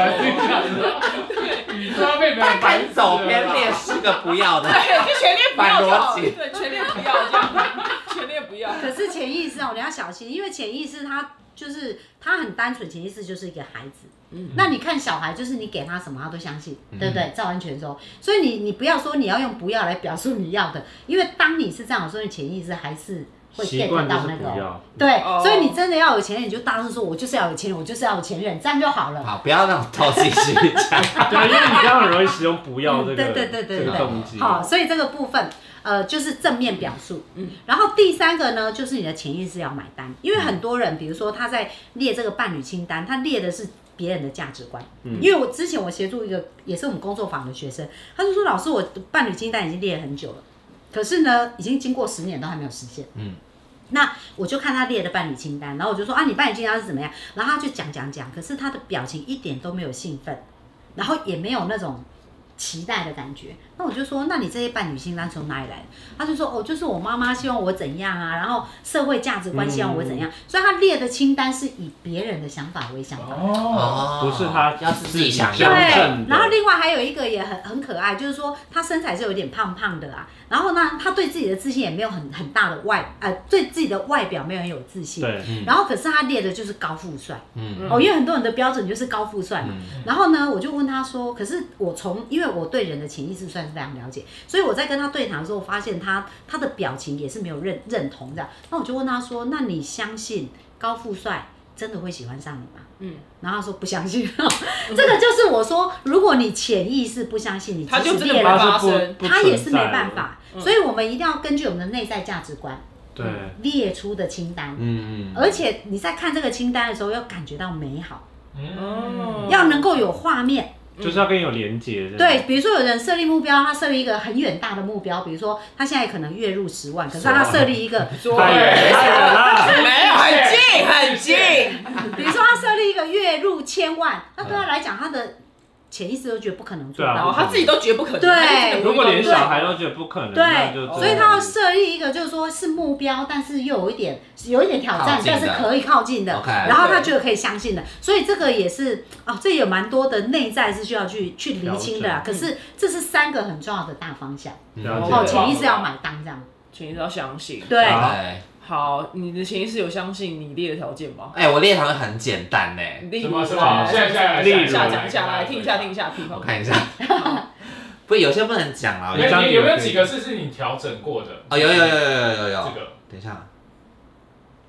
Speaker 1: 宇宙被你们
Speaker 3: 赶
Speaker 1: 烦
Speaker 3: 紧走边列是个不 要的，
Speaker 2: 对，就全练不要就好，
Speaker 3: 反逻辑
Speaker 2: 对，全练不要这样，全练不要。
Speaker 4: 可是潜意识哦，你要小心，因为潜意识它就是它很单纯，潜意识就是一个孩子。
Speaker 2: 嗯
Speaker 4: 那你看小孩，就是你给他什么，他都相信，
Speaker 5: 嗯
Speaker 4: 对不对？照完全收。所以你你不要说你要用不要来表述你要的，因为当你是这样的时候，你潜意识还是会
Speaker 5: 习
Speaker 4: get
Speaker 5: 惯就
Speaker 4: 到
Speaker 5: 是
Speaker 4: 那个
Speaker 5: 不
Speaker 4: 哦。
Speaker 5: 要，
Speaker 4: 对，
Speaker 2: 哦
Speaker 4: 所以你真的要有钱人，你就大声说：“我就是要有钱人，我就是要有钱人，这样就好了。
Speaker 3: 好，不要那种偷鸡去讲，
Speaker 5: 对，因为你这样很容易使用不要这
Speaker 4: 嗯
Speaker 5: 个
Speaker 4: 对对对对
Speaker 5: 这个
Speaker 4: 对
Speaker 5: 动机。
Speaker 4: 好，所以这个部分，呃，就是正面表述。
Speaker 2: 嗯
Speaker 4: 嗯，然后第三个呢，就是你的潜意识要买单，因为很多人，比如说他在列这个伴侣清单，他列的是别人的价值观。
Speaker 5: 嗯
Speaker 4: 因为我之前我协助一个也是我们工作坊的学生，他就说老师，我伴侣清单已经列很久了，可是呢，已经经过十年都还没有实现。
Speaker 3: 嗯
Speaker 4: 嗯。那我就看他列的伴侣清单，然后我就说啊，你伴侣清单是怎么样？然后他就讲讲讲，可是他的表情一点都没有兴奋，然后也没有那种期待的感觉。那我就说，那你这些伴侣清单从哪里来的？他就说，哦，就是我妈妈希望我怎样啊，然后社会价值观希望我怎样，所以他列的清单是以别人的想法为想法。
Speaker 1: 哦，
Speaker 3: 哦，
Speaker 5: 不是他
Speaker 3: 要是自己想
Speaker 5: 对
Speaker 3: 要，
Speaker 5: 矫正
Speaker 4: 对，
Speaker 5: 的
Speaker 4: 然后另外还有一个也很很可爱，就是说他身材是有点胖胖的啊，然后呢，他对自己的自信也没有很很大的外，呃，对自己的外表没有很有自信。
Speaker 5: 对，
Speaker 3: 嗯
Speaker 4: 然后可是他列的就是高富帅，
Speaker 3: 嗯
Speaker 4: 哦，因为很多人的标准就是高富帅嘛。
Speaker 3: 嗯
Speaker 4: 然后呢，我就问他说，可是我从因为我对人的潜意识算是非常了解，所以我在跟他对谈的时候，我发现他他的表情也是没有认认同这样。那我就问他说，那你相信高富帅真的会喜欢上你吗？
Speaker 2: 嗯，
Speaker 4: 然后他说不相信，这个就是我说，如果你潜意识不相信你，
Speaker 2: 他
Speaker 4: 即
Speaker 2: 就
Speaker 4: 使
Speaker 2: 真的
Speaker 4: 别
Speaker 2: 没办
Speaker 4: 人
Speaker 2: 法
Speaker 5: 他是
Speaker 2: 发生
Speaker 5: 不，不
Speaker 4: 他也是没
Speaker 5: 存在
Speaker 4: 办
Speaker 5: 的。
Speaker 4: 法，
Speaker 2: 嗯
Speaker 4: 所以我们一定要根据我们的内在价值观
Speaker 5: 对，
Speaker 4: 列出的清单，
Speaker 3: 嗯嗯，
Speaker 4: 而且你在看这个清单的时候要感觉到美好，
Speaker 5: 嗯
Speaker 2: 哦
Speaker 4: 要能够有画面。
Speaker 5: 就是要跟你有连接。这样
Speaker 4: 对，，比如说有人设立目标，他设立一个很远大的目标，比如说他现在可能月入十万，可是他设立一个，
Speaker 2: 说
Speaker 5: 太远太远了。
Speaker 2: 没有很近很近，
Speaker 4: 比如说他设立一个月入千万，那对他来讲，他的潜意识都觉得不可能做
Speaker 5: 对啊
Speaker 2: 然后
Speaker 4: 到。
Speaker 2: 他自己都绝不可能。
Speaker 4: 对
Speaker 2: 他就真的不会
Speaker 5: 如果连
Speaker 2: 动
Speaker 5: 小孩都觉得不可能，那就
Speaker 4: 对，
Speaker 5: 真的
Speaker 4: 所以他要设立一个，就是说是目标，但是又有一点有一点挑战
Speaker 3: 靠，近
Speaker 4: 但
Speaker 3: 的
Speaker 4: 是可以靠近的。
Speaker 3: OK
Speaker 4: 然后他觉得可以相信的，所以这个也是哦，这有蛮多的内在是需要去去厘清的啦。可
Speaker 2: 调整
Speaker 4: 是这是三个很重要的大方向，
Speaker 3: 嗯
Speaker 5: 了解
Speaker 4: 哦，
Speaker 2: 好
Speaker 4: 潜意识要买单这样。
Speaker 2: 潜意识要相信。
Speaker 4: 对，
Speaker 5: 好
Speaker 4: 啊
Speaker 3: 哎，
Speaker 2: 好，你的潜意识有相信你列的条件吗？
Speaker 3: 哎，我列条很简单呢，
Speaker 2: 例
Speaker 1: 什
Speaker 2: 如
Speaker 1: 么什么？现在现在
Speaker 5: 例如
Speaker 2: 下讲一下，来听一下听一
Speaker 1: 下。
Speaker 2: 下，听一
Speaker 3: 我
Speaker 2: 下。
Speaker 3: 看一 下，不，有些不能讲啊啦，我觉
Speaker 1: 有
Speaker 3: 得
Speaker 1: 哎有有没有几个是是你调整过的？
Speaker 3: 哦，有有有有有有
Speaker 1: 这
Speaker 3: 有，
Speaker 1: 个
Speaker 3: 等一下，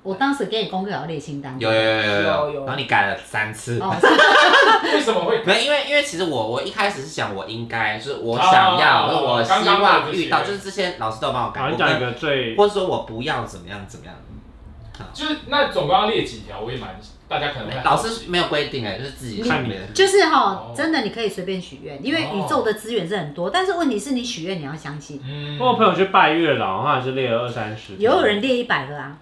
Speaker 4: 我当时给你功课要列清单。
Speaker 3: 有有有
Speaker 2: 有
Speaker 3: 有
Speaker 2: 有
Speaker 3: 然后你改了三次，
Speaker 4: 哦，
Speaker 1: 为什么会？
Speaker 3: 没有，因为因为其实我我一开始是想我应该是我
Speaker 1: 哦
Speaker 3: 想要，
Speaker 1: 哦
Speaker 3: 我
Speaker 1: 刚
Speaker 3: 希
Speaker 1: 刚
Speaker 3: 望
Speaker 1: 的这
Speaker 3: 遇到，
Speaker 1: 些
Speaker 3: 就是这些老师都有帮我
Speaker 5: 好
Speaker 3: 改
Speaker 1: 哦
Speaker 3: 过，
Speaker 5: 你讲一
Speaker 3: 跟
Speaker 5: 个最
Speaker 3: 或者说我不要怎么样怎么样，
Speaker 1: 就是那总共要列几条？我也蛮大家可能会
Speaker 3: 老师没有规定哎，就是自己
Speaker 5: 看你
Speaker 3: 别人
Speaker 4: 就是哈、
Speaker 1: 哦
Speaker 4: 真的你可以随便许愿，因为
Speaker 1: 哦
Speaker 4: 宇宙的资源是很多，但是问题是你许愿你要相信，
Speaker 1: 嗯
Speaker 5: 我有朋友去拜月老，他也是列了二三十，
Speaker 4: 也有人列一百个啊，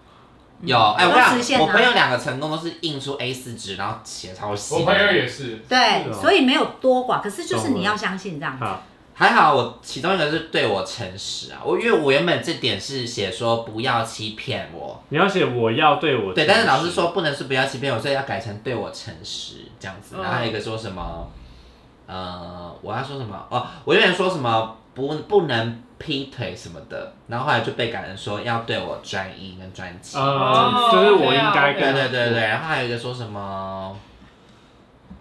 Speaker 3: 有哎，我
Speaker 4: 都实现
Speaker 3: 想
Speaker 4: 啊
Speaker 3: 我朋友两个成功都是印出 A 4纸，然后写超细的，
Speaker 1: 我朋友也是，
Speaker 4: 对，
Speaker 5: 是哦
Speaker 4: 所以没有多寡，可是就是
Speaker 5: 懂了
Speaker 4: 你要相信这样子。
Speaker 5: 好，
Speaker 3: 还好，我其中一个是对我诚实啊，我因为我原本这点是写说不要欺骗我，
Speaker 5: 你要写我要对我
Speaker 3: 对，但是老师说不能是不要欺骗我，所以要改成对我诚实这样子。然后还有一个说什么，呃，我要说什么哦，我原本说什么不不能劈腿什么的，然后后来就被改成说要对我专一跟专情。
Speaker 4: 哦
Speaker 5: 呃，就是我应该
Speaker 3: 对
Speaker 4: 啊
Speaker 5: 跟
Speaker 3: 对对对，然后还有一个说什么？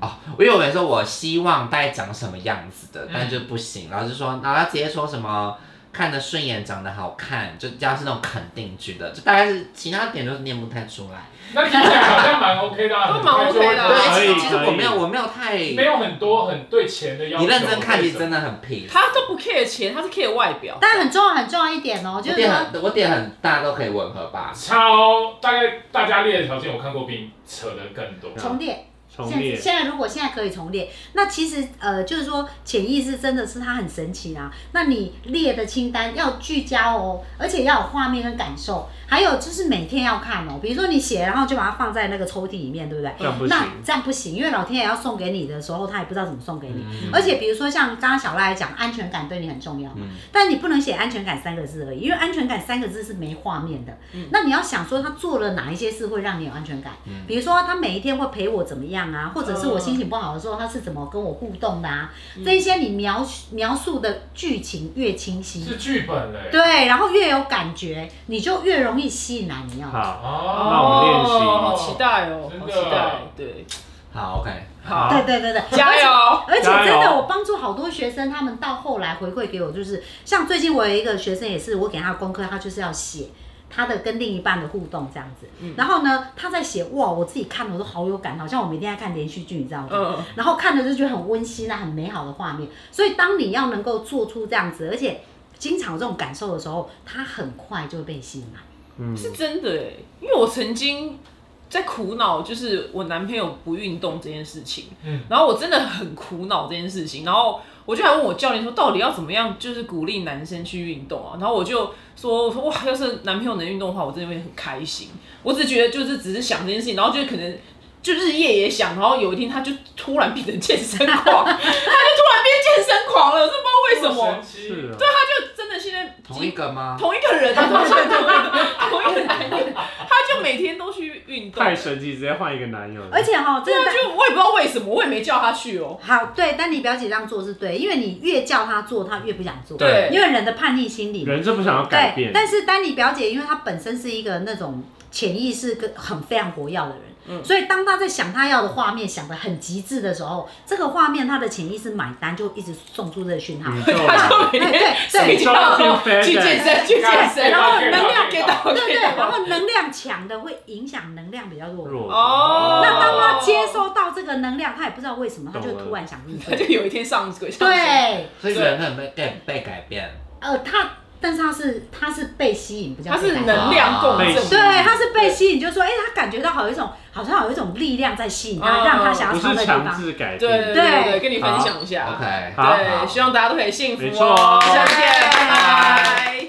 Speaker 3: 哦，因为我们说我希望大概长什么样子的，但就不行，然后就说，然后他直接说什么看着顺眼，长得好看，就要是那种肯定句的，就大概是其他点都是念不太出来。
Speaker 1: 那听起来好像蛮 OK 的啊，
Speaker 2: 都
Speaker 3: 哦
Speaker 1: 很快
Speaker 2: 蛮
Speaker 1: 就会
Speaker 2: OK 的啊
Speaker 3: 对，
Speaker 5: 可以
Speaker 3: 其实其实我没有
Speaker 5: 可以
Speaker 3: 我没有太，
Speaker 1: 没
Speaker 3: 你
Speaker 1: 有很多很对钱的要求。
Speaker 3: 认真看，其
Speaker 1: 为
Speaker 3: 实
Speaker 1: 什
Speaker 3: 真
Speaker 1: 么
Speaker 3: 的很平。
Speaker 2: 他都不 care 钱，他是 care 外表。
Speaker 4: 但很重要很重要一点哦，
Speaker 3: 我
Speaker 4: 就是
Speaker 3: 点
Speaker 4: 说，
Speaker 3: 很我点很大都可以吻合吧。
Speaker 1: 超大概大家列的条件，我看过比你扯的更多。
Speaker 4: 重列，
Speaker 5: 重
Speaker 4: 现
Speaker 5: 列
Speaker 4: 在，现在如果现在可以重列，那其实呃就是说潜意识真的是它很神奇啊。那你列的清单要聚焦哦，而且要有画面跟感受，还有就是每天要看哦。比如说你写，然后就把它放在那个抽屉里面，对不对？
Speaker 5: 这样不行
Speaker 4: 那。这样不行，因为老天爷要送给你的时候，他也不知道怎么送给你。
Speaker 5: 嗯
Speaker 4: 而且比如说像刚刚小赖讲，安全感对你很重要嘛，
Speaker 3: 嗯
Speaker 4: 但你不能写安全感三个字而已，因为安全感三个字是没画面的。
Speaker 5: 嗯
Speaker 4: 那你要想说他做了哪一些事会让你有安全感，比如说他每一天会陪我怎么样啊，或者是我心情不好的时候他是怎么跟我互动的啊，
Speaker 5: 嗯
Speaker 4: 这一些你描描述的剧情越清晰，
Speaker 1: 是剧本嘞。
Speaker 4: 对，然后越有感觉，你就越容易吸引来你要的。
Speaker 5: 好，
Speaker 1: 哦，
Speaker 5: 那我们练习
Speaker 2: 哦好期待哦，
Speaker 1: 真
Speaker 2: 好
Speaker 1: 的啊
Speaker 2: 期待，对，
Speaker 3: 好，OK，
Speaker 2: 好，
Speaker 4: 对对对对，
Speaker 2: 加油！
Speaker 4: 而且
Speaker 5: 加油
Speaker 4: 真的，我帮助好多学生，他们到后来回馈给我，就是像最近我有一个学生也是，我给他的功课，他就是要写他的跟另一半的互动这样子。
Speaker 5: 嗯
Speaker 4: 然后呢，他在写哇，我自己看了我都好有感，好像我每天在看连续剧，你知道吗？
Speaker 2: 嗯，
Speaker 4: 然后看了就觉得很温馨啊，很美好的画面。所以当你要能够做出这样子，而且经常有这种感受的时候，他很快就会被吸引来。
Speaker 5: 嗯，
Speaker 2: 是真的哎，因为我曾经在苦恼，就是我男朋友不运动这件事情，
Speaker 1: 嗯
Speaker 2: 然后我真的很苦恼这件事情，然后我就还问我教练说，到底要怎么样，就是鼓励男生去运动啊？然后我就说，我说哇，要是男朋友能运动的话，我真的会很开心。我只觉得就是只是想这件事情，然后就可能。就日夜也想，然后有一天他就突然变成健身狂，他就突然变健身狂了，我真不知道为什么。
Speaker 5: 是
Speaker 1: 是
Speaker 5: 啊，
Speaker 2: 就真的现在
Speaker 3: 同一个吗？
Speaker 2: 同一个人啊，同一个人，同一个男人，他就每天都去运动，
Speaker 5: 太神奇，直接换一个男友。
Speaker 4: 而且哈、哦，这个
Speaker 2: 那就我也不知道为什么，我也没叫他去哦。
Speaker 4: 好对，但你表姐这样做是对，因为你越叫他做，他越不想做。
Speaker 5: 对
Speaker 4: 因为人的叛逆心理嘛
Speaker 5: 人是不想要改变，
Speaker 4: 但是丹尼表姐，因为她本身是一个那种潜意识跟很非常活跃的人，
Speaker 5: 嗯
Speaker 4: 所以当他在想他要的画面，想的很极致的时候，这个画面他的潜意识买单，就一直送出这个讯号。
Speaker 5: 宇宙啊
Speaker 2: 他 就每天睡觉 去健身去健身，然后能量给到
Speaker 4: 对 对，
Speaker 2: 给
Speaker 4: 然
Speaker 2: 到。
Speaker 4: 后能量强的会影响能量比较弱。
Speaker 5: 弱
Speaker 2: 哦
Speaker 4: 那当他接受到这个能量，他也不知道为什么，他就
Speaker 5: 懂了
Speaker 4: 突然想入
Speaker 2: 他
Speaker 4: 睡。
Speaker 2: 就有一天上轨，上轨，
Speaker 4: 对，
Speaker 3: 所以人很被被被改变，
Speaker 4: 呃，他，但是他是他是被吸引，比较
Speaker 2: 他是
Speaker 4: 被带动
Speaker 2: 能量共
Speaker 5: 被
Speaker 2: 振，
Speaker 4: 对，他是被吸引，就说，哎、他感觉到好有一种，好像有一种力量在吸引他，
Speaker 2: 哦
Speaker 4: 让他想
Speaker 5: 不
Speaker 4: 要朝那
Speaker 5: 是
Speaker 4: 个地
Speaker 5: 强
Speaker 4: 方。
Speaker 5: 制改
Speaker 2: 对对
Speaker 5: 变。
Speaker 2: 对对，跟你分享一下。
Speaker 3: OK，
Speaker 5: 好
Speaker 2: 对，希望大家都可以幸福
Speaker 5: 没错
Speaker 2: 哦，下次见，拜拜。